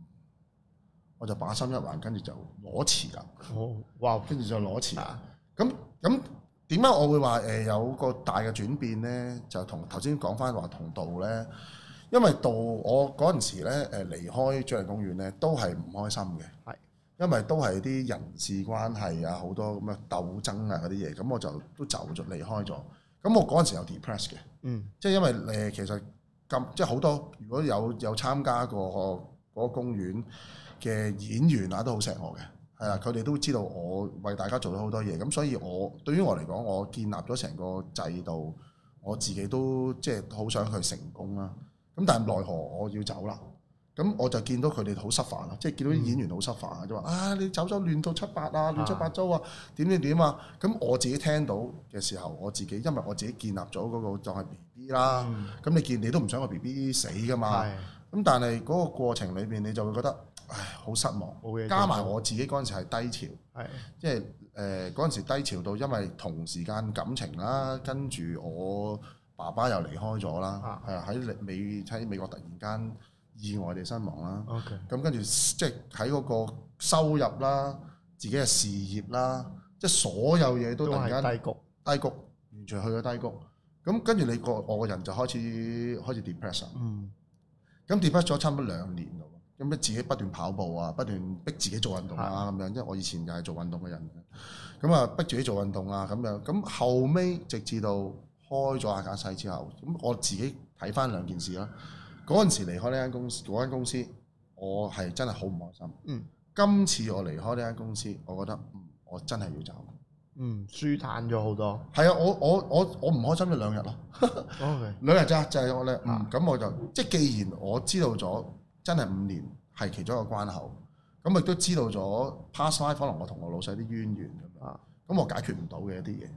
我就把心一橫，跟住就攞辭啦，好，哇，跟住就攞辭啦。咁咁點解我會話誒、呃有個大嘅轉變咧？就同頭先講翻話同道咧，因為道我嗰陣時咧誒、呃、離開主題公園咧，都係唔開心嘅。係因為都係啲人事關係啊，好多咁嘅鬥爭啊嗰啲嘢，咁我就都走咗離開咗。咁我嗰陣時有 depress 嘅。嗯即係因為誒、呃其實咁即係好多如果有有參加過嗰個公園嘅演員啊，都好錫我嘅，係啦，佢哋都知道我為大家做咗好多嘢，咁所以我對於我嚟講，我建立咗成個制度，我自己都即係好想佢成功啦。咁但係奈何我要走啦。咁我就見到佢哋好失範啦，即係見到啲演員好失範啊，就話啊你走咗亂到七八啊，亂七八糟啊，點點點啊！咁我自己聽到嘅時候，我自己因為我自己建立咗嗰個當係 B B 啦，咁、你見你都唔想個 B B 死噶嘛？嗯係咁但係嗰個過程裏邊，你就會覺得唉好失望。冇嘢加埋我自己嗰陣時係低潮，係即係誒嗰陣時低潮到，因為同時間感情啦，跟住我爸爸又離開咗啦啊，係啊喺美喺美國突然間意外地身亡啦。 OK 咁跟住即係喺嗰個收入啦、自己嘅事業啦，即係所有嘢都都突然間係低谷低谷，完全去咗低谷。咁跟住你個我個人就開始開始 depress 啦嗯咁 depress 咗差唔多兩年咯。咁自己不斷跑步啊，不斷逼自己做運動啊咁樣，因為我以前又係做運動嘅人，咁啊逼自己做運動啊咁樣。咁後尾直至到開咗阿卡西之後，咁我自己睇翻兩件事啦。嗰陣時離開呢間公司，嗰間公司我係真係好唔開心。嗯今次我離開呢間公司，我覺得嗯我真係要走。嗯舒坦咗好多係啊，我我我我唔開心咗兩日咯。 OK 兩日咋，就係我咧，嗯啊，咁我就即係既然我知道咗真係五年係其中一個關口，咁亦都知道咗 past life 可能我同我老細啲淵源咁樣啊，咁我解決唔到嘅一啲嘢，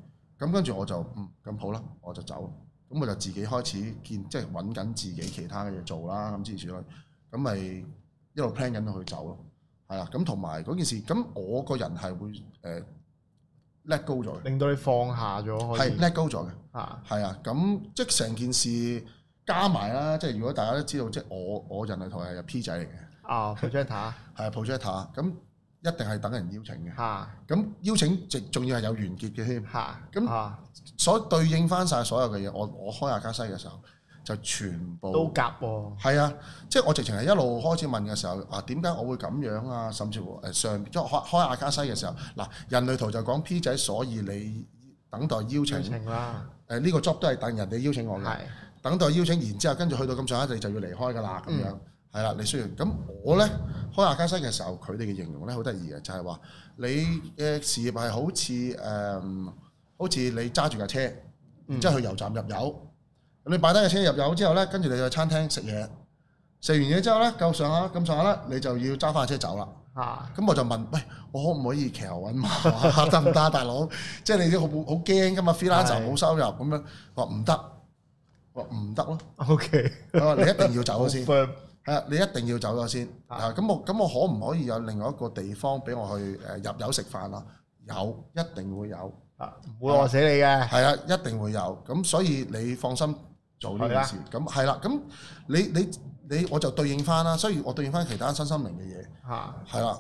咁跟住我就嗯咁好啦，我就走，咁我就自己開始見即係揾緊自己其他嘅嘢做啦，咁之如此類，咁咪一路 plan 緊到去走咯，係啦，咁同埋嗰件事，咁我個人係會誒、呃 let go 咗嘅，令到你放下咗開係始 let go 咗嘅。啊係啊，咁即係成件事加埋啦，即係如果大家都知道，即係我我人類圖係有 P 仔嚟嘅，啊 projector 係 projector，咁一定係等人邀請嘅。嚇咁邀請直仲要係有完結嘅添，嚇咁啊所對應翻晒所有嘅嘢。我我開阿加西嘅時候就全部都夾喎係啊，即係我直情係一路開始問嘅時候，啊點解我會咁樣啊？甚至乎誒上即係開開阿加西嘅時候，嗱人類圖就講 P 仔，所以你等待邀請呃感誒呢、情啦個 job 都係等人哋邀請我嘅。係等待邀請，然之後跟住去到咁上下，你就要離開㗎啦，咁樣係啦。你需要咁我呢，開阿加西嘅時候，佢哋嘅形容呢好得意嘅，就係話你嘅事業係好似誒、好似你揸住架車，然之後去油站入油，咁你擺低架車入油之後呢，跟住你去餐廳食嘢，食完嘢之後呢，夠上下咁上下啦，你就要揸翻架車走啦。嚇咁我就問：喂，我可唔可以騎牛揾馬得唔得啊，大佬？即係你都好好驚㗎嘛，freelancer 冇收入咁樣，我話唔得，我話唔得咯。 OK 佢話你一定要走咗先， firm 係啊，你一定要走咗先。啊啊，咁我咁我可唔可以有另外一個地方俾我去誒入油食飯啊？有，一定會有，啊唔會餓死你嘅係啊，一定會有。咁所以你放心做呢件事。咁係啦，咁你你你我就對應翻啦。所以我對應翻其他身心靈嘅嘢。嚇係啦，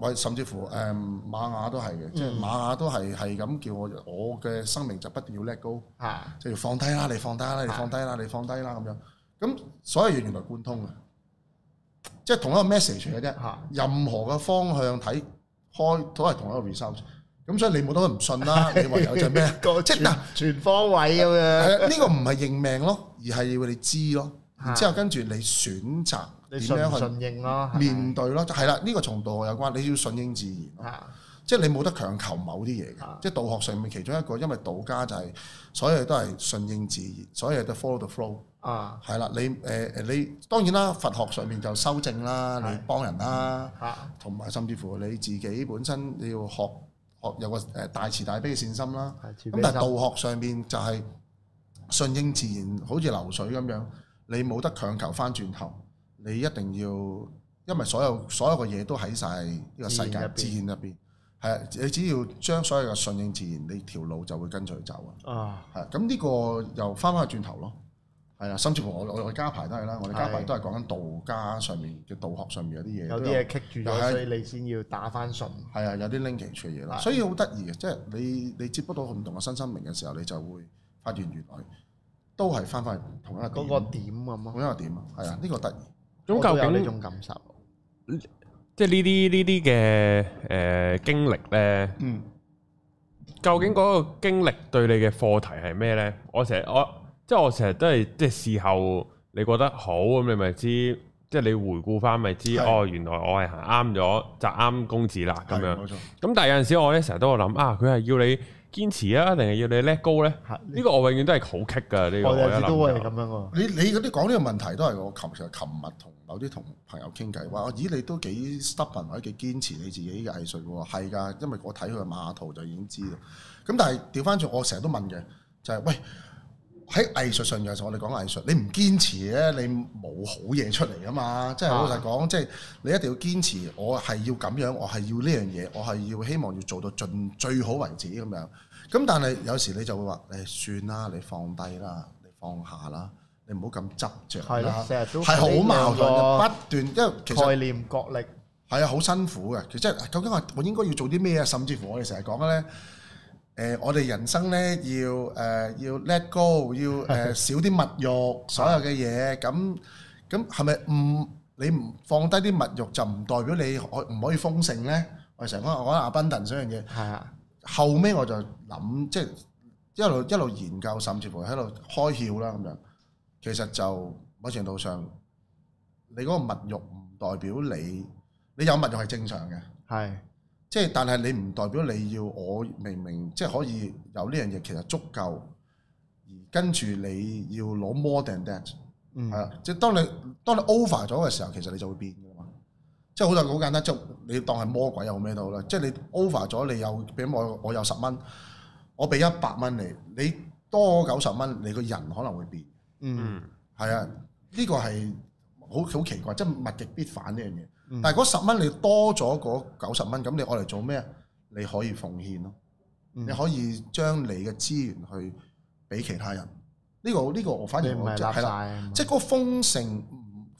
或甚至乎誒、瑪雅都係嘅，即嗯係瑪雅都係係咁叫我，我嘅生命就不斷要 let go，嚇就要放低啦，你放低啦，你放低啦，你放低啦咁樣。咁所有嘢原來貫通嘅，即係同一個 message 嚟嘅啫。嚇任何嘅方向睇開都係同一個 result。咁所以你冇得唔信 啦，你唯有就咩？個即係全嗱全方位咁樣係啊，呢個唔係認命咯，而係要你知咯。然之後跟住你選擇你點信唔樣去信應咯係咪面對咯，係啦，呢個同道學有關，你要順應自然咯。嚇即係你冇得強求某啲嘢啊嘅，即係道學上面其中一個，因為道家就係所有嘢都係順應自然，所有嘢都 follow the flow，啊係啦，你誒誒、你當然啦，佛學上面就修正啦，係你幫人啦，嚇同埋甚至乎你自己本身你要學學有個誒大慈大悲嘅善心啦，大慈咁悲但係心道學上面就係順應自然，好似流水咁樣，你冇得強求翻轉頭，你一定要，因為所有所有嘅嘢都喺晒呢個世界自自然然入邊，係啊你只要將所有嘅順應自然，你條路就會跟隨走啊，啊係啊咁呢個又翻返去轉頭咯，係啦，甚至乎我我我哋家排都係啦，我哋家排係都係講緊道家上面嘅道學上面有啲嘢，有啲嘢棘住又咗，係所以你先要打翻順。係啊，有啲 linkage 嘅嘢咯，係所以好得意嘅，即係你你接觸到唔同嘅新生命嘅時候，你就會發現原來都係翻返同一個嗰個點，點咁咯同，一個點啊，係啊，呢個得意。咁我都有究呢竟種感受。即係呢啲呢啲嘅诶经历咧，嗯，究竟嗰個經歷對你嘅課題係咩呢？我成日我即係我成日都係即係事後你覺得好咁，你咪知即係你回顧翻咪知係哦，原來我係行啱咗，扎啱公子啦咁係樣。冇錯。咁但係有陣時我咧成日都有諗啊，佢係要你堅持啊，定係要你 let go 呢？係呢個我永遠都係好棘㗎，呢個我我一有時都會諗係咁就。樣喎。你你嗰啲講呢個問題都係我琴其實琴日同某啲同朋友傾偈，話哦咦你都幾 stubborn 或者幾堅持你自己嘅藝術喎，係㗎，因為我睇佢嘅馬圖就已經知道。咁但係調翻轉，我成日都問嘅就係、喂喺藝術上嘅時候，我哋講藝術，你唔堅持咧，你冇好嘢出嚟啊嘛！即係啊老實講，即係你一定要堅持，我係要咁樣，我係要呢樣嘢，我係要希望要做到盡最好為止咁樣。咁但係有時你就會話誒算啦，你放低啦，你放下啦，你唔好咁執着係啦咯，，成日都係好矛盾嘅，呢不斷因為其兩實個。概念角力。係啊，好辛苦嘅。其實究竟我我應該要做啲咩啊？甚至乎我哋成日講嘅咧，誒、我哋人生咧要誒、要 let go，要誒、少啲物欲，所有嘅嘢。咁咁係咪唔你唔放低啲物欲就唔代表你可唔可以豐盛咧？我哋成日講講 abundance 呢樣嘢。係啊，後尾我就諗，即係一路一路研究，甚至乎喺度開竅啦咁樣。其實就某程度上，你嗰個物欲唔代表你，你有物欲係正常嘅。係即係但係你唔代表你要我明明即係可以有呢樣嘢，其實足夠。而跟住你要攞 more than that，嗯係啦、即係當你當你 over 咗嘅時候，其實你就會變㗎嘛。即係好就好簡單，即係你當係魔鬼又好咩都好啦。即係你 over 咗，你又俾我我有十蚊，我俾一百蚊你，你多九十蚊，你個人可能會變。嗯嗯，係啊，呢、個係好好奇怪，即係物極必反呢樣嘢。嗯但係嗰十蚊你多咗嗰九十蚊，咁你攞嚟做咩啊？你可以奉獻咯，嗯你可以將你嘅資源去俾其他人。呢、個呢、個我反你而唔我係即立晒係啦，啊嘛，即係嗰個豐盛，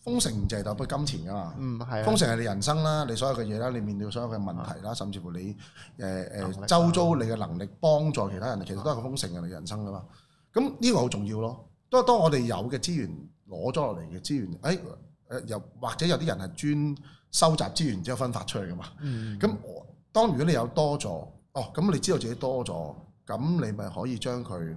豐盛唔淨係代表金錢㗎嘛。嗯係啊豐盛係你人生啦，你所有嘅嘢啦，你面對所有嘅問題啦，甚至乎你能誒力誒啊周遭你嘅能力幫助其他人，其實都係個豐盛嘅人生噶嘛。咁呢個好重要咯。當當我哋有嘅資源攞咗落嚟嘅資源，誒、誒又或者有啲人係專收集資源之後分發出去噶嘛。嗯咁我當如果你有多咗，哦咁你知道自己多咗，咁你咪可以將佢。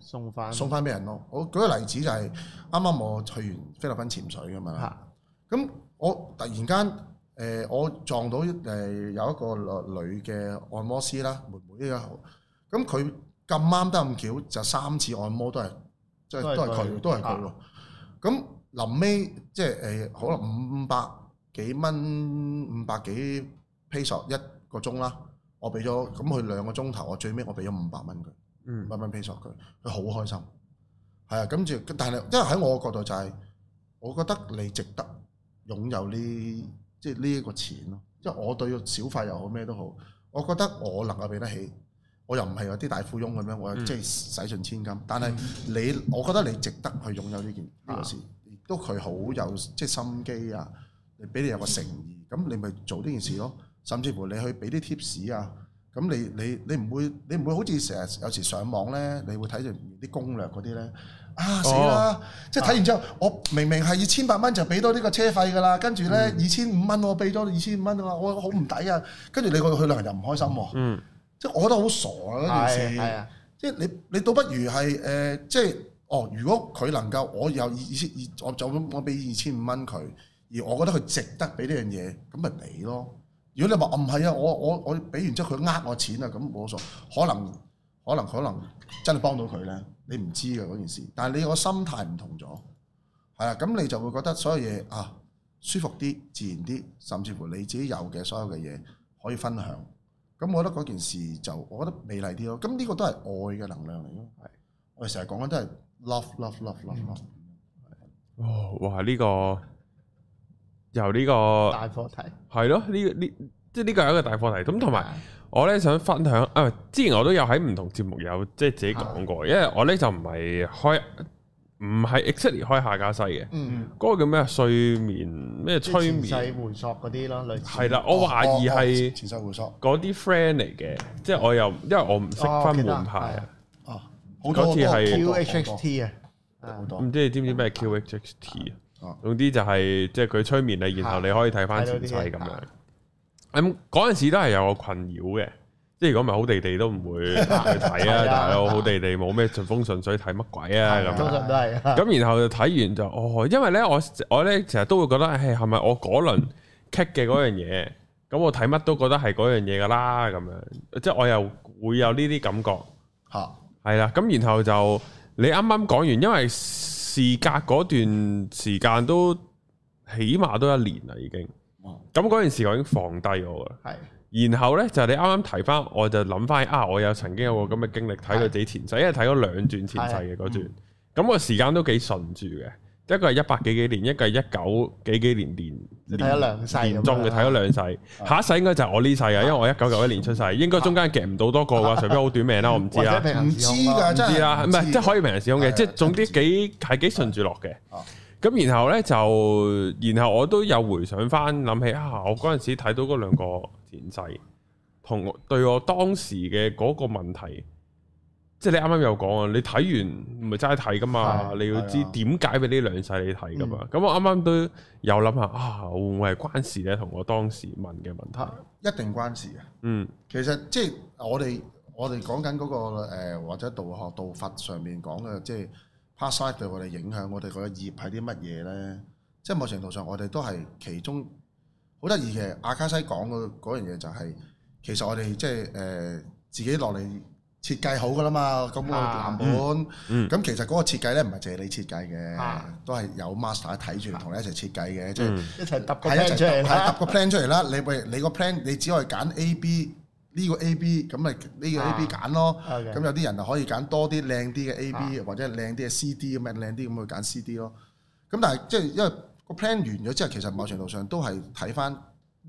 送翻送翻俾人咯。我舉個例子就係啱啱我去完菲律賓潛水咁樣啦。咁我突然間誒、呃我撞到誒、呃有一個女嘅按摩師啦，妹妹啊，咁佢咁啱得咁巧，就三次按摩都係即係都係都係佢佢，都係佢咯。咁臨尾即係誒，可能五百幾蚊，五百幾 p e s o 一個鐘啦。我俾咗咁佢兩個鐘頭，我最尾我俾咗五百蚊佢。嗯慢慢 p 索佢，佢好開心。係啊，跟住但係因為喺我角度就係、我覺得你值得擁有呢即係呢一個錢咯。即係我對小費又好咩都好，我覺得我能夠俾得起，我又唔係有啲大富翁咁樣，我嗯即係使盡千金。但係你，我覺得你值得去擁有呢件呢啊個事，亦都佢好有即係心機啊，你俾你有個誠意，咁你咪做呢件事咯。甚至乎你去俾啲 tips 啊，咁你你你唔會你唔會好似成日有時上網咧，你會睇住啲攻略嗰啲咧，啊死啦！即係睇完之後，我明明係二千八蚊就俾到呢個車費㗎啦，跟住咧嗯二千五蚊我俾咗二千五蚊啊，我好唔抵啊！跟住你個去旅行又唔開心喎，嗯，即係我覺得好傻啊嗰係件事。係啊，即係你你倒不如係誒、呃即係哦，如果佢能夠，我有二千二，我就咁我俾二千五蚊佢，而我覺得佢值得俾呢樣嘢，咁咪俾咯。如果你話哦唔係啊，我我我俾完之後佢呃我錢啊，咁冇所謂，可能可能可能真係幫到佢咧，你唔知嘅嗰件事。但係你個心態唔同咗，係啊，咁你就會覺得所有嘢啊舒服啲、自然啲，甚至乎你自己有嘅所有嘅嘢可以分享。咁我覺得嗰件事就我覺得美麗啲咯。咁呢個都係愛嘅能量嚟咯。係，我哋成日講緊都係 love love love love 嗯 love。哦，哇！呢個由呢個大課題係咯，呢呢即係呢個係一個大課題。咁同埋。我咧想分享啊啊，之前我都有喺唔同節目有即係自己講過，因為我咧就唔係開唔係 exactly 開下家西嘅，嗯，嗰個叫咩啊睡眠咩即係催前世眠回溯嗰啲咯，類似係啦，我懷疑哦哦係前世回溯，嗰啲 friend 嚟嘅，即係我又因為我唔識哦我記分得門派啊，哦，好多嗰次係好多好多 QHXT 啊，好多唔知你知唔知咩 QHXT 啊哦？總之就係即係佢催眠你，然後你可以睇翻前世咁睇到啲樣嘢。咁嗰陣時都係有個困擾嘅，即係如果唔係好地地都唔會去睇啊，係啊大佬好地地冇咩順風順水睇乜鬼啊咁係啊樣通常都係啊。咁然後就睇完就哦，因為咧我我咧成日都會覺得，誒係咪我嗰輪棘嘅嗰樣嘢？咁我睇乜都覺得係嗰樣嘢噶啦，咁樣即係我又會有呢啲感覺，嚇，係啦。咁然後就你啱啱講完，因為事隔嗰段時間都起碼都一年啦，已經。哦咁嗰件事我已經放低我啦。係然後呢，就係你啱啱提翻，我就諗翻啊，我有曾經有個咁嘅經歷，睇佢自己前世，因為睇咗兩段前世嘅嗰段，咁個時間都幾順住嘅，一個係一百幾幾年，一個係一九幾幾年年即係睇咗兩世咁樣年中嘅睇咗兩世，下一世應該就啊係我呢世啊，因為我一九九一年出世，應該中間夾唔到多個 啩，除非好短命啊啦，我唔知或者啦。平行唔知時空咯㗎，啊真係知啊啦，唔係即係可以以名人使用嘅，係啊即係總之幾係幾順住落嘅啊。咁然後咧就，然後我都有回想翻，諗起啊，我嗰陣時睇到嗰兩個前世，同我對我當時嘅嗰個問題，即係你啱啱有講啊，你睇完唔係齋睇噶嘛，係你要知係啊嗯點解俾呢兩世你睇噶嘛。咁我啱啱都有諗下啊，會唔會係關事咧？同我當時問嘅問題，一定關事嘅。嗯其實即係啊我哋我哋講緊嗰個、呃、或者道學道法上面講嘅，即係 past life 對我哋影響，我哋個業係啲乜嘢咧？即係某程度上，我哋都係其中好得意嘅。阿卡西講嗰嗰樣嘢就係、其實我哋即係誒、呃自己落嚟設計好噶啦嘛，咁個啊藍本。嗯咁其實嗰個設計咧，唔係淨係你設計嘅，啊都係有 master 睇住同你一齊設計嘅，即係、嗯一齊揼個係 plan 一齊出嚟揼係啦揼。個 plan 出嚟啦。你喂，你個 plan 你只可以揀 A、B 呢個 A、B，咁咪呢個 A、B 啊揀咯。 OK 咁有啲人就可以揀多啲靚啲嘅 A、B，啊或者靚啲嘅 C、D 咁樣靚啲咁去揀 C、D 咯。咁但係即係因為個 plan 完咗之後，其實某程度上都係睇翻呢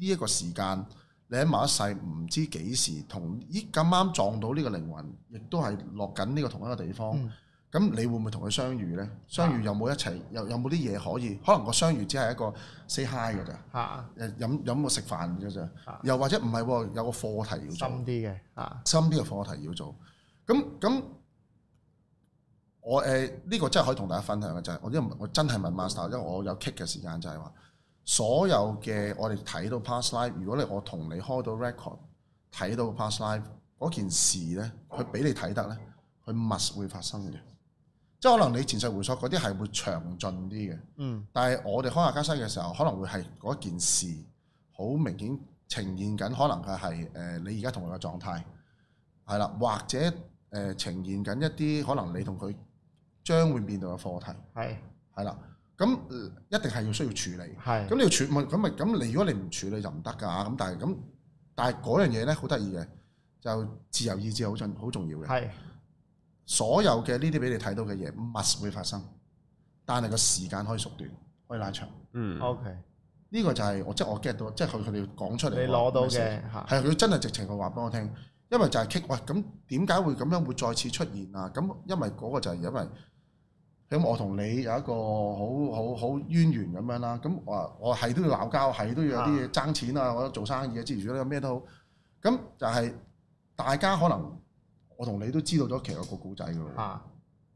一個時間，你喺某一世唔知幾時同咦咁啱撞到呢個靈魂，亦都係落緊呢個同一個地方。嗯咁你會唔會同佢相遇呢？相遇有冇一齊？有有冇啲嘢可以？可能個相遇只係一個 say hi 㗎咋。嚇誒飲飲個食飯嘅啫啊，又或者唔係喎，有個課題要做深，啲嘅嚇深啲嘅課題要做。咁咁，我誒呢個真係可以同大家分享嘅就係，我因為我真係問 master，因為我有 kick 嘅時間就係話，所有嘅我哋睇到 past life，如果你我同你開到 record，睇到 past life 嗰件事呢，佢俾你睇得呢，佢 must 會發生嘅，即係可能你前世回溯嗰啲係會詳盡啲嘅。嗯但係我哋開下家西嘅時候，可能會係嗰件事好明顯呈現緊，可能佢係誒你而家同佢嘅狀態係啦，或者誒、呃呈現緊一啲可能你同佢將會面對嘅課題係係啦，咁、呃一定係要需要處理。係咁你要處咪咁咪咁你如果你唔處理就唔得㗎，咁但係咁但係嗰樣嘢咧好得意嘅，就自由意志好重好重要嘅。係所有嘅呢啲俾你睇到嘅嘢，must 會發生，但係個時間可以縮短，可以拉長。嗯， OK，呢個就係我即係我 get 到，即係佢佢哋講出你嚟。攞到嘅嚇係佢真係直情佢話俾我聽，因為就係 kick 喂咁點解會咁樣會再次出現啊？咁因為嗰個就係因為咁我同你有一個好好好淵源咁樣啦。咁我我係都要鬧交，係都要有啲嘢爭錢啊，我做生意啊，之如咧咩都好。咁就係大家可能我同你都知道咗其實有個古仔㗎喎。嚇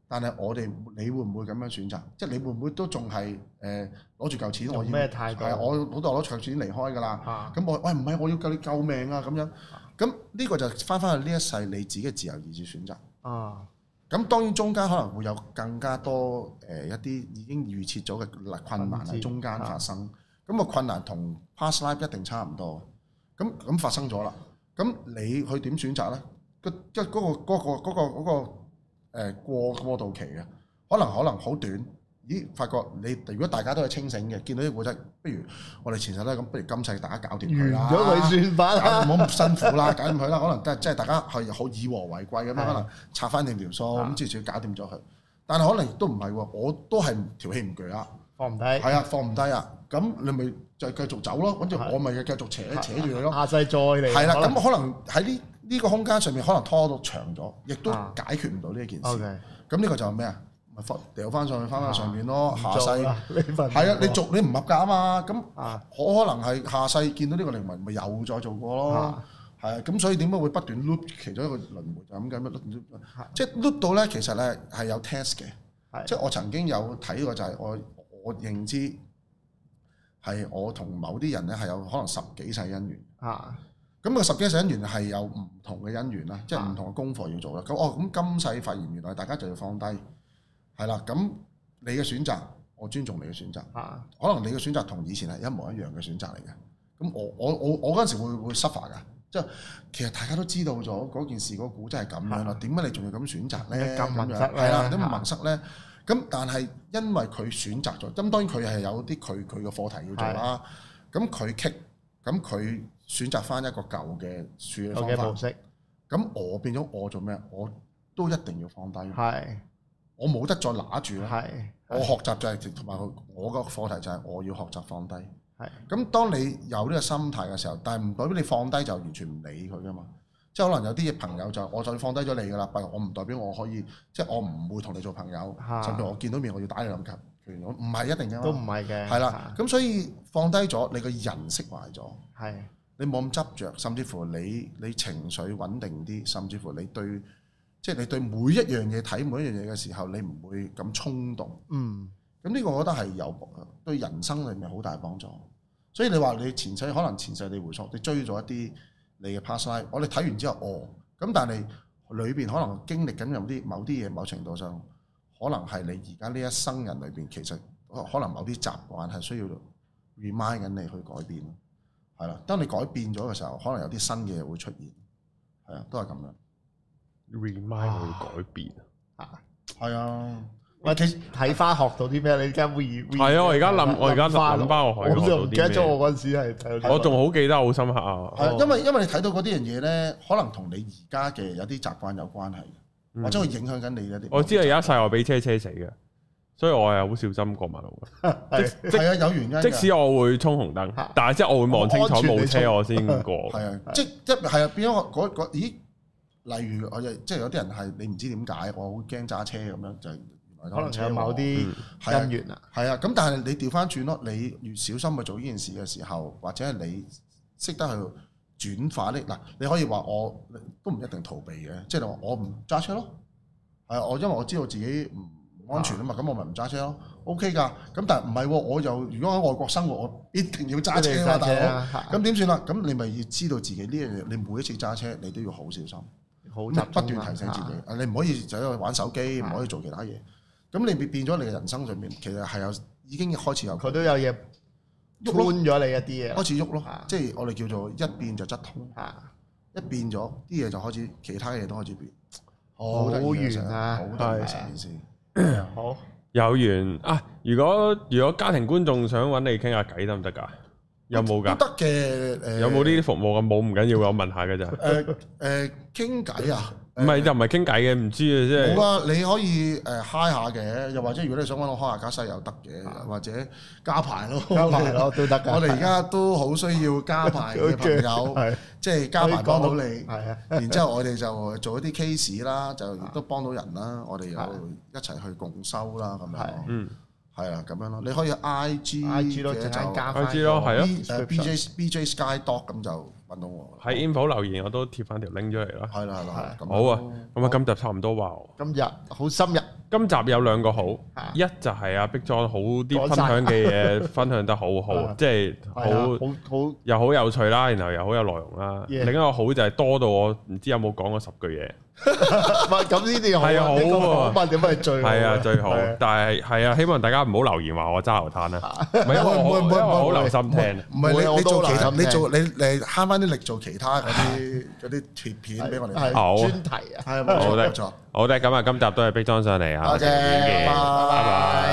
但係我哋你會唔會咁樣選擇？即係你會唔會都仲係誒攞住嚿錢我用要咩態度係啊我老豆攞長錢離開㗎啦。嚇咁我喂唔係我要救你救命啊咁樣。咁呢個就翻翻去呢一世你自己嘅自由意志選擇。啊咁當然中間可能會有更加多誒、一啲已經預設咗嘅困難分喺支中間發生。咁個困難同 past life 一定差唔多。咁咁發生咗啦。咁你去點選擇呢？個即係嗰個嗰、個嗰、個嗰、個呃過過渡期嘅，可能可能好短。咦，發覺你如果大家都係清醒嘅，見到啲古仔，不如我哋前世都係咁，不如今世大家搞掂佢完啦。咗佢算法搞啦啊唔好咁辛 苦啦，搞掂佢啦。可能都係即係大家係好以和為貴咁樣，係可能拆翻定條數啊咁，至少搞掂咗佢。但係可能亦都唔係喎，我都係條氣唔攰啊，放唔低係啊，放唔低啊。咁你咪就繼續走咯，跟住係我咪繼續扯扯住佢咯。下世再嚟係啦，可能咁可能喺呢呢個空間上面可能拖到長咗，亦都啊解決唔到呢一件事。 OK 咁呢個就係咩啊？咪翻掉翻上去，翻翻上面咯，下做世。啦呢份係啊，工你做你唔合格啊嘛，咁啊可可能係下世見到呢個靈魂，咪又再做過咯啊。係啊，咁所以點解會不斷 loop 其中一個輪迴就係咁緊，不斷 loop 啊即係 loop 到咧，其實咧係有 test 嘅，係即係我曾經有睇過就係我我認知係我同某啲人咧係有可能十幾世姻緣，啊咁個十幾世姻緣係有唔同嘅姻緣啦，即係啊唔同嘅功課要做啦。咁哦，咁今世發現原來大家就要放低，係啦，咁你嘅選擇，我尊重你嘅選擇。啊可能你嘅選擇同以前係一模一樣嘅選擇嚟嘅。咁我我我我嗰陣時會會 suffer 㗎，即係其實大家都知道咗嗰件事個故真係咁樣啦，點解你仲要咁選擇咧？咁樣文塞咧係啦，咁嚇文塞咧。咁但係因為佢選擇咗，咁當然佢係有啲佢佢嘅課題要做啦。咁佢棘，咁佢選擇翻一個舊嘅處理有嘅方模法。式咁我變咗我做咩？我都一定要放低，係我冇得再揦住啦。係我學習就係同埋我個課題就係我要學習放低。係咁當你有呢個心態嘅時候，但係唔代表你放低就完全唔理佢噶嘛。即係可能有啲嘢朋友就我就放低咗你噶啦，但係我唔代表我可以，即係我唔會同你做朋友，嚇甚至我見到面我要打你兩拳，我唔係一定都唔噶嘛。係嘅係啦，咁所以放低咗，你個人釋懷咗，係你冇咁執着，甚至乎你你情緒穩定啲，甚至乎你對即係你對每一樣嘢睇每一樣嘢嘅時候，你唔會咁衝動。嗯咁呢個我覺得係有對人生裏面好大幫助。所以你話你前世可能前世你回溯，你追咗一啲你嘅 past life，我哋睇完之後哦，咁但係裏邊可能經歷緊有啲某啲嘢，某程度上可能係你而家呢一生人裏邊，其實可可能某啲習慣係需要 remind 緊你去改變咯。係啦，當你改變咗嘅時候，可能有啲新嘅嘢會出現。係啊，都係咁樣。 remind 我要改變。啊。係啊，喂，你睇翻學到啲咩？你而家 re 係啊我而家諗我而家翻諗返我學我到啲就唔記得咗咩我嗰陣時係睇到啲我仲好記得好深刻啊！係啊，因為因為你睇到嗰啲樣嘢咧，可能同你而家嘅有啲習慣有關係。嗯或者佢影響緊你一啲。我知道啊有一世我俾車車死嘅，所以我係好小心過馬路 係嘅。即係啊，有原因㗎。即使我會衝紅燈嚇，但係即係我會望清楚安全地冇車衝我先過。係啊，即即係啊，變咗我嗰嗰咦？例如我有即係有啲人係你唔知點解，我好驚揸車咁樣，就係原來可能車禍有某啲係啊姻緣啊，係啊。咁但係你調翻轉咯，你越小心去做呢件事嘅時候，或者係你識得去轉化呢嗱，你可以話我都唔一定逃避嘅，即係你話我唔揸車咯。係啊，我因為我知道自己唔安全啊嘛，咁我咪唔揸車咯。OK 㗎，咁但係唔係喎？我又如果喺外國生活，我必定要揸車啊，大佬。咁咁點算啦？咁你咪要知道自己呢樣嘢，你每一次揸車你都要好小心，好不集中啊斷提醒自己，啊你唔可以就喺度玩手機，唔可以做其他嘢。咁你變變咗你嘅人生上面，其實係有已經開始有佢都有嘢 t 喐咯咗你一啲嘢啦開始喐咯啊，即係我哋叫做一變就則通，啊，一變咗啲嘢就開始，其他嘢都開始變。好好得意嘅遠啊成日好得意係嘅成件事。好有緣啊！如果如果家庭觀眾想揾你傾下偈得唔得㗎？有冇㗎？都得嘅誒，有冇呢啲服務啊？冇唔緊要㗎，我問下㗎咋。誒誒傾偈啊？唔係就唔係傾偈嘅，唔知啊，即冇係啊，你可以誒 high 下嘅，又或者如果你想揾我開下家西又得嘅，或者加牌咯，加埋咯都得㗎。 我哋而家都好需要加牌嘅 朋友，係即係加牌幫 到你。係啊，然之後我哋就做一啲 case 啦，就亦都幫到人啦。我哋有一齊去共修啦，咁樣係咯嗯係啊，咁樣咯。你可以 IG IG 咯，陣嘅間加就翻我知咯個係啊 B 誒 description BJ BJ Sky Dog 咁就揾到我啦。喺 info 留言我都貼翻條 link 出嚟啦。係啦係啦係啦，咁樣哦好啊，咁啊今集差唔多喎。今日好深入今集有兩個好啊，一就係阿 Big John 好啲講分晒享 嘅嘢，分享得好好啊，即係係啊，好好好又好有趣啦，然後又好有內容啦。 Yeah 另一個好就係多到我唔知有冇講過十句嘢，喂，咁呢啲好係啊好啊，喎呢個訪問點解係最係啊嘅最好係啊。啊但係係啊，希望大家唔好留言話我揸流攤啦，唔係因為唔會我唔因會為我 唔好會留心聽。唔係你我都你做其好他，難你做你你慳翻啲力做其他嗰 啲嗰啲貼片俾我哋睇。係好專題啊，係啊，冇好錯的冇錯。好的，咁啊今集都係 Big John 上嚟啊，多謝下次見拜拜拜拜。